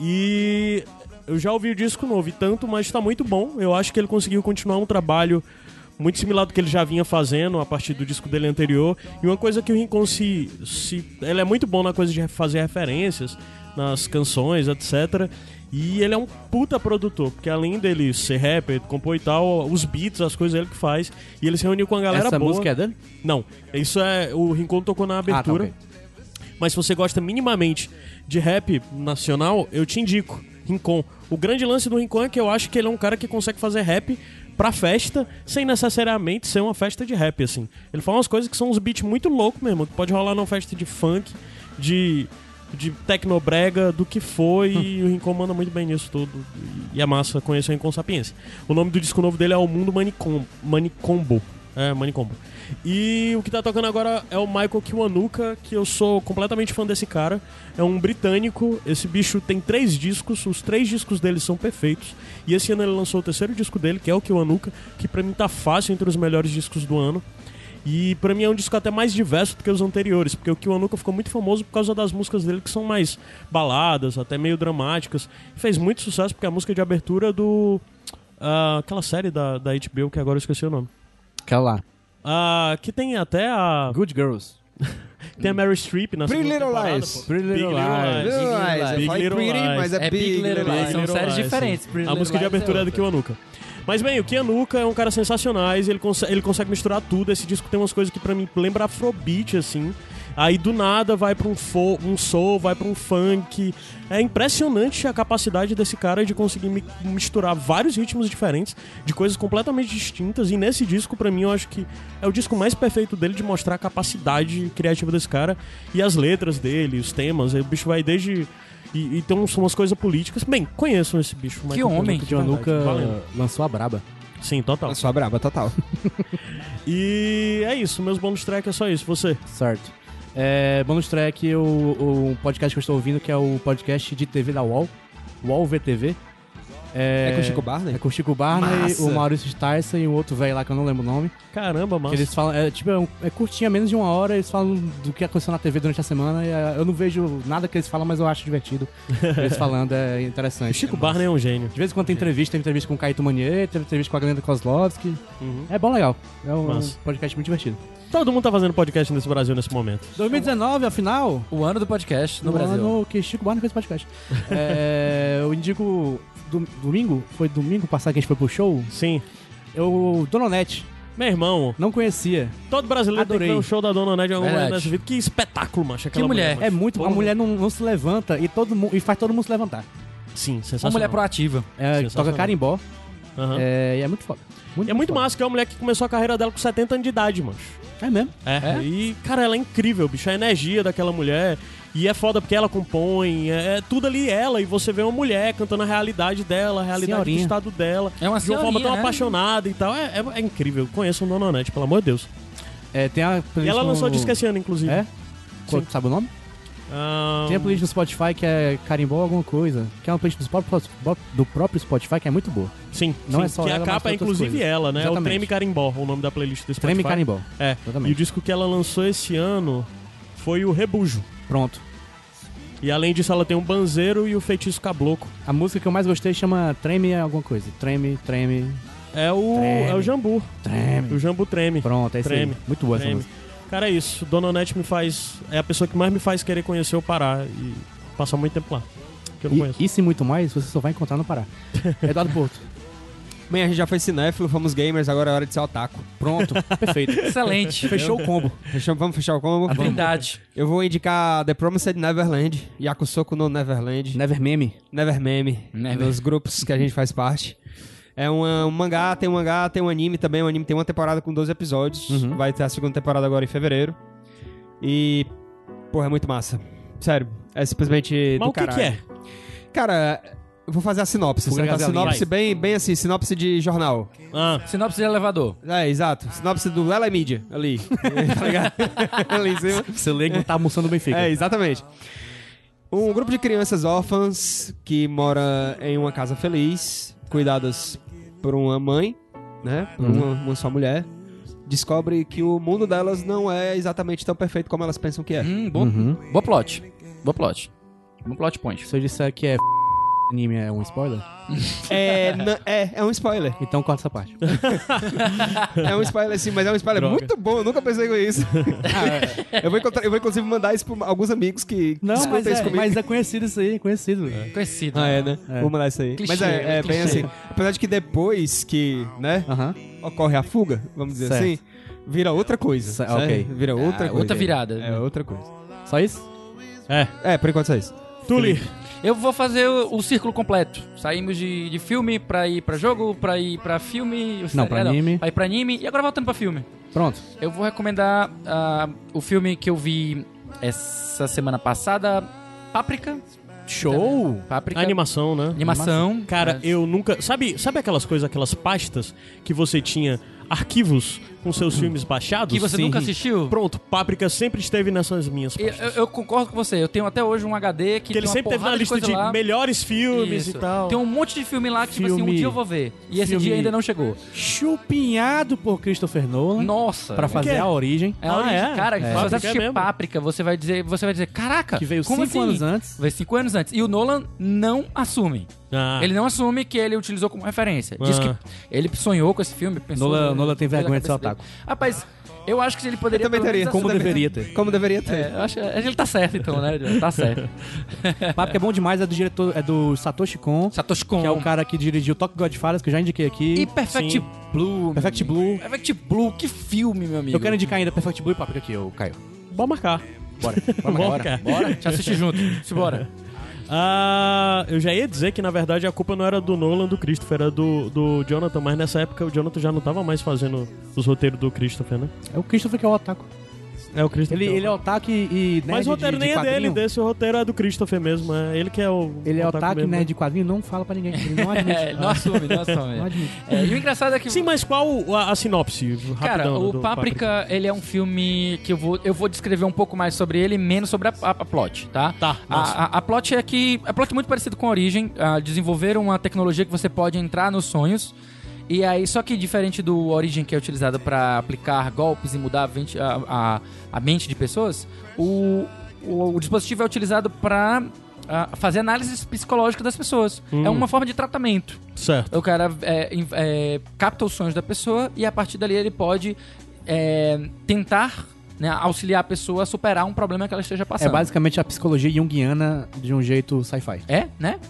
E eu já ouvi o disco novo e tanto, mas tá muito bom. Eu acho que ele conseguiu continuar um trabalho muito similar do que ele já vinha fazendo a partir do disco dele anterior. E uma coisa que o Rincon se. se ele é muito bom na coisa de fazer referências nas canções, etc. E ele é um puta produtor, porque além dele ser rapper, compor e tal, os beats, as coisas ele que faz. E ele se reuniu com a galera
Essa
boa.
música é dele?
Não, isso é. O Rincon tocou na
tá,
abertura.
ok.
Mas se você gosta minimamente de rap nacional, eu te indico. Rincon. O grande lance do Rincon é que eu acho que ele é um cara que consegue fazer rap pra festa, sem necessariamente ser uma festa de rap, assim. Ele faz umas coisas que são uns beats muito loucos mesmo, que pode rolar numa festa de funk, de. De tecnobrega, do que foi, e o Rincon manda muito bem nisso tudo. E é massa conhecer o Rincon Sapiência. O nome do disco novo dele é O Mundo Manicom Manicombo. É, Manicombo. E o que tá tocando agora é o Michael Kiwanuka, que eu sou completamente fã desse cara. É um britânico, esse bicho tem três discos, os três discos dele são perfeitos. E esse ano ele lançou o terceiro disco dele, que é o Kiwanuka, que pra mim tá fácil entre os melhores discos do ano. E pra mim é um disco até mais diverso do que os anteriores, porque o Kiwanuka ficou muito famoso por causa das músicas dele que são mais baladas, até meio dramáticas. Fez muito sucesso porque é a música de abertura do. ah, aquela série da, da HBO, que agora eu esqueci o nome.
Aquela lá.
Ah, que tem até a.
Good Girls.
Tem a Mary Streep na
Pretty
segunda
Little
temporada,
Lies.
pô.
Pretty Little Lies.
Big Little Lies.
Big
Eu falei
Little
pretty,
Lies.
mas é,
É Big Little Lies. São
Little
séries
Lies,
diferentes. Pretty
A
Little
música de
Lies é
abertura é do
outra.
Kiwanuka. Mas bem, o Kiwanuka é um cara sensacionais, ele, conse- ele consegue misturar tudo. Esse disco tem umas coisas que pra mim lembra Afrobeat, assim. Aí do nada vai pra um, fo... um soul, vai pra um funk. É impressionante a capacidade desse cara de conseguir mi- misturar vários ritmos diferentes, de coisas completamente distintas. E nesse disco, pra mim, eu acho que é o disco mais perfeito dele de mostrar a capacidade criativa desse cara e as letras dele, os temas. Aí O bicho vai desde E, e tem uns- umas coisas políticas. Bem, conheçam esse bicho. Michael Gianluca
homem.
de
John
verdade,
Luca
valendo.
lançou a braba.
Sim, total.
A sua braba, total.
E é isso, meus bônus track é só isso. Você.
Certo. É, bonus track, eu- o, podcast que eu estou ouvindo, que é o podcast de TV da UOL, UOL VTV.
É, com o Chico Barney?
É com o Chico Barney,
Massa.
o Maurício Sticer e o outro velho lá que eu não lembro o nome.
Caramba,
Que
mano.
eles falam, é, tipo, é, um- é curtinha, menos de uma hora, eles falam do que aconteceu na TV durante a semana. E, é, eu não vejo nada que eles falam, mas eu acho divertido. eles falando, é interessante.
Chico
É massa.
Barney é um gênio.
De vez em quando tem entrevista, tem entrevista com o Caíto Manier, tem entrevista com a Glenda Kozlovski.
Uhum.
É bom, legal. É um
Massa.
podcast muito divertido.
Todo mundo tá fazendo podcast nesse Brasil nesse momento.
2019, afinal,
é O ano do podcast no
o
Brasil.
ano que Chico Barney fez podcast. É, eu indico... dom- domingo? Foi domingo passado que a gente foi pro show?
Sim.
Eu... Dononete.
Meu irmão,
Não conhecia.
todo brasileiro tem
Adorei.
que ver um show da Dona Ned em algum
Verdade.
momento nessa vida. Que espetáculo, macho. Aquela
Que mulher.
macho.
É muito... A
Porra.
mulher não, não se levanta e, todo mu- e faz todo mundo se levantar.
Sim,
Uma
sensacional.
mulher proativa.
É,
Sensacional.
toca carimbó.
Aham.
É, e é muito foda.
E é muito
foda.
massa, que é uma mulher que começou a carreira dela com 70 anos de idade, mancho.
É mesmo.
É, e, cara, ela é incrível, bicho. A energia daquela mulher. E é foda porque ela compõe. É, é tudo ali ela. E você vê uma mulher cantando a realidade dela, a realidade
Senhorinha.
do estado dela.
É uma
de uma forma
senhorinha,
tão
né?
apaixonada e tal. É, é- é incrível. Conheço o Dona Nete, pelo amor de Deus.
É, tem a
E ela lançou
de
disco assim. esse ano, inclusive.
É? Qual-
Sim.
Sabe o nome?
Ah,
Tem a playlist do Spotify que é Carimbó alguma coisa. Que é uma playlist do próprio, do próprio Spotify que é muito boa.
Sim,
Não
sim.
é só
que
ela,
a
mas
capa
tem
é
outras
inclusive
coisas.
ela, né? É o
Exatamente.
Treme Carimbó, o nome da playlist do Spotify.
Treme Carimbó.
É.
Exatamente.
E o disco que ela lançou esse ano foi o Rebujo.
Pronto.
E além disso, ela tem um banzeiro e o feitiço cabloco.
A música que eu mais gostei chama Treme alguma coisa. Treme, treme,
É o,
Treme.
é o Jambu.
treme.
O Jambu treme.
Pronto, é isso aí.
Treme.
Muito boa essa
Prêmio.
música.
Cara, é isso. Dona Onete me faz. É a pessoa que mais me faz querer conhecer o Pará e passar muito tempo lá. Que eu não conheço.
E, isso e muito mais você só vai encontrar no Pará. Eduardo Porto.
Bem, a gente já foi cinéfilo, fomos gamers, agora é hora de ser otaku.
Pronto. Perfeito.
Excelente.
Fechou o combo.
Fechamos- vamos fechar o combo?
Habilidade.
Eu vou indicar The Promised Neverland, Yakusoku no Neverland,
Never Meme.
Never Meme,
Never.
nos grupos que a gente faz parte. É uma- um mangá, tem um mangá, tem um anime também. O anime tem uma temporada com 12 episódios.
Uhum.
Vai ter a segunda temporada agora em fevereiro. E, porra, é muito massa. Sério, é simplesmente
Mas
do
o que,
caralho.
que é?
Cara, eu vou fazer a sinopse,
Fuga
certo? A
Galinha.
sinopse bem, bem assim, sinopse de jornal.
Ah,
Sinopse de elevador.
É, exato. Sinopse do Lela Media, ali. tá ligado? ali em cima.
Você lê que não tá almoçando bem feito.
É, exatamente. Um grupo de crianças órfãs que mora em uma casa feliz, cuidadas por uma mãe, né? Por uma, uma só mulher. Descobre que o mundo delas não é exatamente tão perfeito como elas pensam que é.
Hum, bom,
Uhum.
Boa plot. Boa plot. Bom plot point.
Se eu disser que é f... anime é um spoiler,
É, na- é, é um spoiler.
então corta essa parte.
É um spoiler sim, mas é um spoiler
Droga.
muito bom. Eu nunca pensei com isso. eu, vou encontrar- eu vou inclusive mandar isso para alguns amigos que que
Não,
escutam
mas
isso
é,
comigo.
mas é conhecido isso aí, conhecido.
Conhecido.
Ah, é, né?
É.
Vou mandar isso aí.
Clichê,
mas é, é
clichê.
bem assim. Apesar de que depois que, né,
Aham.
ocorre a fuga, vamos dizer
Certo.
assim, vira outra coisa.
Cer-
certo?
ok.
Vira outra
Ah,
coisa.
outra virada,
É,
né?
outra coisa.
Só isso?
é.
É, por enquanto é isso.
Tuli.
Eu vou fazer o, o círculo completo. Saímos de, de filme pra ir pra jogo, pra ir pra filme.
É, Não, pra anime.
Pra ir pra anime. E agora voltando pra filme.
Pronto.
Eu vou recomendar ah, o filme que eu vi essa semana passada: Páprica.
Show!
Páprica.
Animação, né?
Animação.
Cara, eu nunca. Sabe, sabe aquelas coisas, aquelas pastas que você tinha arquivos com seus filmes baixados?
Hum. Que você nunca assistiu?
Pronto, Páprica sempre esteve nessas minhas
Eu,
pastas.
eu- eu concordo com você. Eu tenho até hoje um HD
que
que, tem
ele
uma
sempre teve na
porrada
lista
coisa
de
lá.
melhores filmes
Isso.
e tal.
Tem um monte de filme lá que, tipo assim, um
Filme.
dia eu vou ver. E esse
Filme.
dia ainda não chegou.
Chupinhado por Christopher Nolan
Nossa.
pra fazer
quê?
a origem.
É a
Ah,
origem.
é?
Cara,
É.
se
Páprica
você
é
assistir
mesmo.
Páprica, você vai dizer, você vai dizer, caraca,
Que veio
como
cinco
assim?
anos antes.
Veio cinco anos antes. E o Nolan não assume.
Ah,
Ele não assume que ele utilizou como referência. Diz
Ah.
que ele sonhou com esse filme. Pensou
Nolan- Nolan tem
pela
vergonha de ser
cabeça
otaku.
dele. Rapaz, eu acho que ele poderia...
também
pelo menos,
teria.
Como
assumir.
deveria ter.
Como deveria ter.
É, eu acho, ele tá certo então, né? Ele Tá certo.
Papo que é bom demais, é do diretor, é do Satoshi Kon,
Satoshi Kon.
que é o cara que dirigiu Tokyo Godfathers, que eu já indiquei aqui.
E Perfect
Sim.
Blue.
Perfect
meu
Blue.
amigo. Perfect Blue, que filme, meu amigo.
Eu quero indicar ainda Perfect Blue e Papo aqui, eu Caio.
Bora marcar.
Bora.
Bora
Bora.
marcar.
Bora, te assistir junto. Simbora.
Ah, eu já ia dizer que na verdade a culpa não era do Nolan, do Christopher, era do, do Jonathan, mas nessa época o Jonathan já não tava mais fazendo os roteiros do Christopher, né?
É o Christopher que é o otaku.
É o Christopher.
Ele, ele é otaku e, e nerd
Mas o roteiro
de, de
nem é dele,
quadrinho.
desse o roteiro é do Christopher mesmo. É ele que é o.
Ele é otaku,
mesmo,
nerd de quadrinho, não fala pra ninguém. Ele não admite.
É, não assume, não assume.
Não admite.
É, e o engraçado é que.
Sim, mas qual a, a sinopse? Rapidão,
Cara,
do-
o
do
Paprika, ele é um filme que eu vou, eu vou descrever um pouco mais sobre ele, menos sobre a, a- a plot, tá?
Tá, nossa.
A, a, a plot é que. A plot é muito parecida com a Origem. ah, desenvolveram uma tecnologia que você pode entrar nos sonhos. E aí, só que diferente do Origem, que é utilizado pra aplicar golpes e mudar a, vente- a- a- a mente de pessoas, o, o, o dispositivo é utilizado pra ah, fazer análises psicológicas das pessoas.
Hum.
É uma forma de tratamento.
Certo.
O cara é, em- é, capta os sonhos da pessoa e a partir dali ele pode é, tentar né, auxiliar a pessoa a superar um problema que ela esteja
É
passando.
basicamente a psicologia junguiana de um jeito sci-fi.
É, né?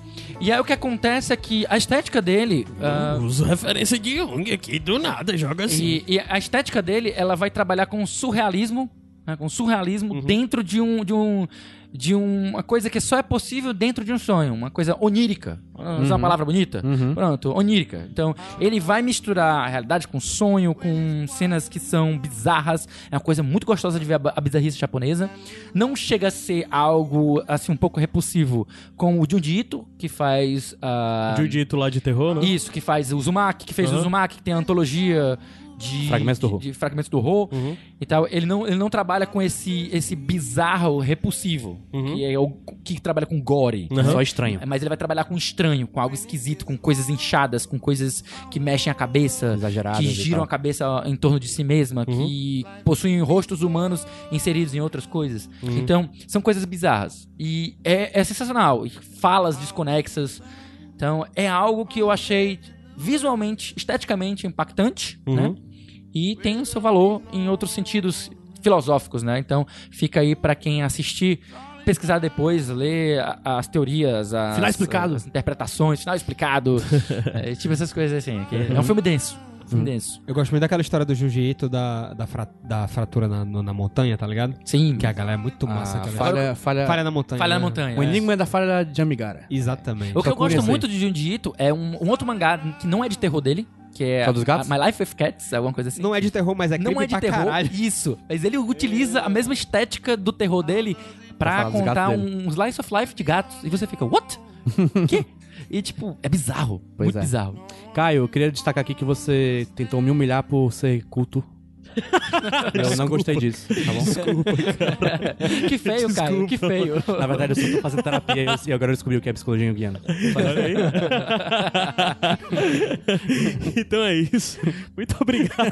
E aí o que acontece é que a estética dele. ah,
Uso referência de Jung aqui do nada, joga assim.
e, e a estética dele, ela vai trabalhar com surrealismo, né, com surrealismo dentro de um. De um de uma coisa que só é possível dentro de um sonho, uma coisa onírica. Vamos Usar uma palavra bonita? Pronto, onírica. Então, ele vai misturar a realidade com sonho, com cenas que são bizarras. É uma coisa muito gostosa de ver a ba- a bizarrice japonesa. Não chega a ser algo, assim, um pouco repulsivo, como o Junji Ito, que faz... ah,
Judito lá de terror, né?
isso, que faz o Uzumaki, que fez o
Aham.
Uzumaki, que tem a antologia de...
Fragmentos do
de-
Horror.
De, fragmentos do horror e tal. Ele não, ele não trabalha com esse, esse bizarro repulsivo, que é o que trabalha com gore.
Aham.
Só estranho.
Mas ele vai trabalhar com estranho, com algo esquisito, com coisas inchadas, com coisas que mexem a cabeça,
Exageradas
que
e
giram
tal.
a cabeça em torno de si mesma, que possuem rostos humanos inseridos em outras coisas. Então, são coisas bizarras. E é, é sensacional. E falas desconexas. Então, é algo que eu achei visualmente, esteticamente impactante, né?
Uhum.
E tem o seu valor em outros sentidos filosóficos, né? Então, fica aí pra quem assistir, pesquisar depois, ler a- as teorias, as,
Final explicado.
as interpretações, final explicado, é, tipo essas coisas assim. que
Uhum.
É um filme denso. Filme denso.
Eu gosto muito daquela história do jiu-jitsu, da, da, fra- da fratura na, na- na montanha, tá ligado?
Sim,
Que a galera é muito massa.
Ah,
aquela-
falha, falha,
falha na montanha.
Falha na
né?
montanha.
o
é.
um enigma da falha de Amigara.
Exatamente.
O que eu
Procure
gosto
esse aí.
muito de Junji Ito é um, um outro mangá que não é de terror dele, que é
Só dos gatos?
My Life with Cats, alguma coisa assim.
Não é de terror, mas é
Não
crime
é de
pra
terror,
caralho.
isso. Mas ele utiliza a mesma estética do terror dele
Pra
pra
falar dos
contar
gatos
um slice of life de gatos. E você fica, what? Quê? E tipo, é bizarro.
Pois
muito
é.
bizarro.
Caio, eu queria destacar aqui que você tentou me humilhar por ser culto. eu não gostei disso, tá bom?
que feio, Caio. Que feio.
Na verdade, eu só tô fazendo terapia e eu- e agora eu descobri o que é psicologia junguiana.
Olha aí. então é isso. Muito obrigado.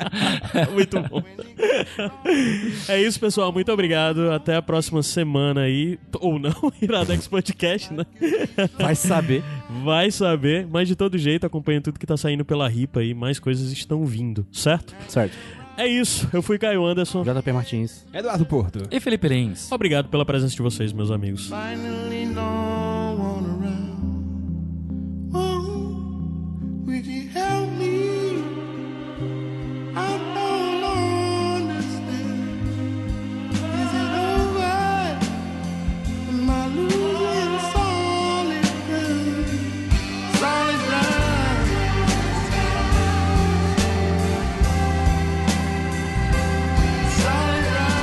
Muito bom. É isso, pessoal. Muito obrigado. Até a próxima semana aí. Ou não, Iradex Podcast, né?
Vai saber.
Vai saber. Mas de todo jeito, acompanha tudo que tá saindo pela RIPA aí. Mais coisas estão vindo, certo?
Certo.
É isso. Eu fui Caio Anderson.
JP Martins.
Eduardo Porto.
E Felipe Lins.
Obrigado pela presença de vocês, meus amigos.
Finally, no one around. Oh, would you help me? I don't understand. Is it over? Am I losing solid ground? Solid ground. Solid ground.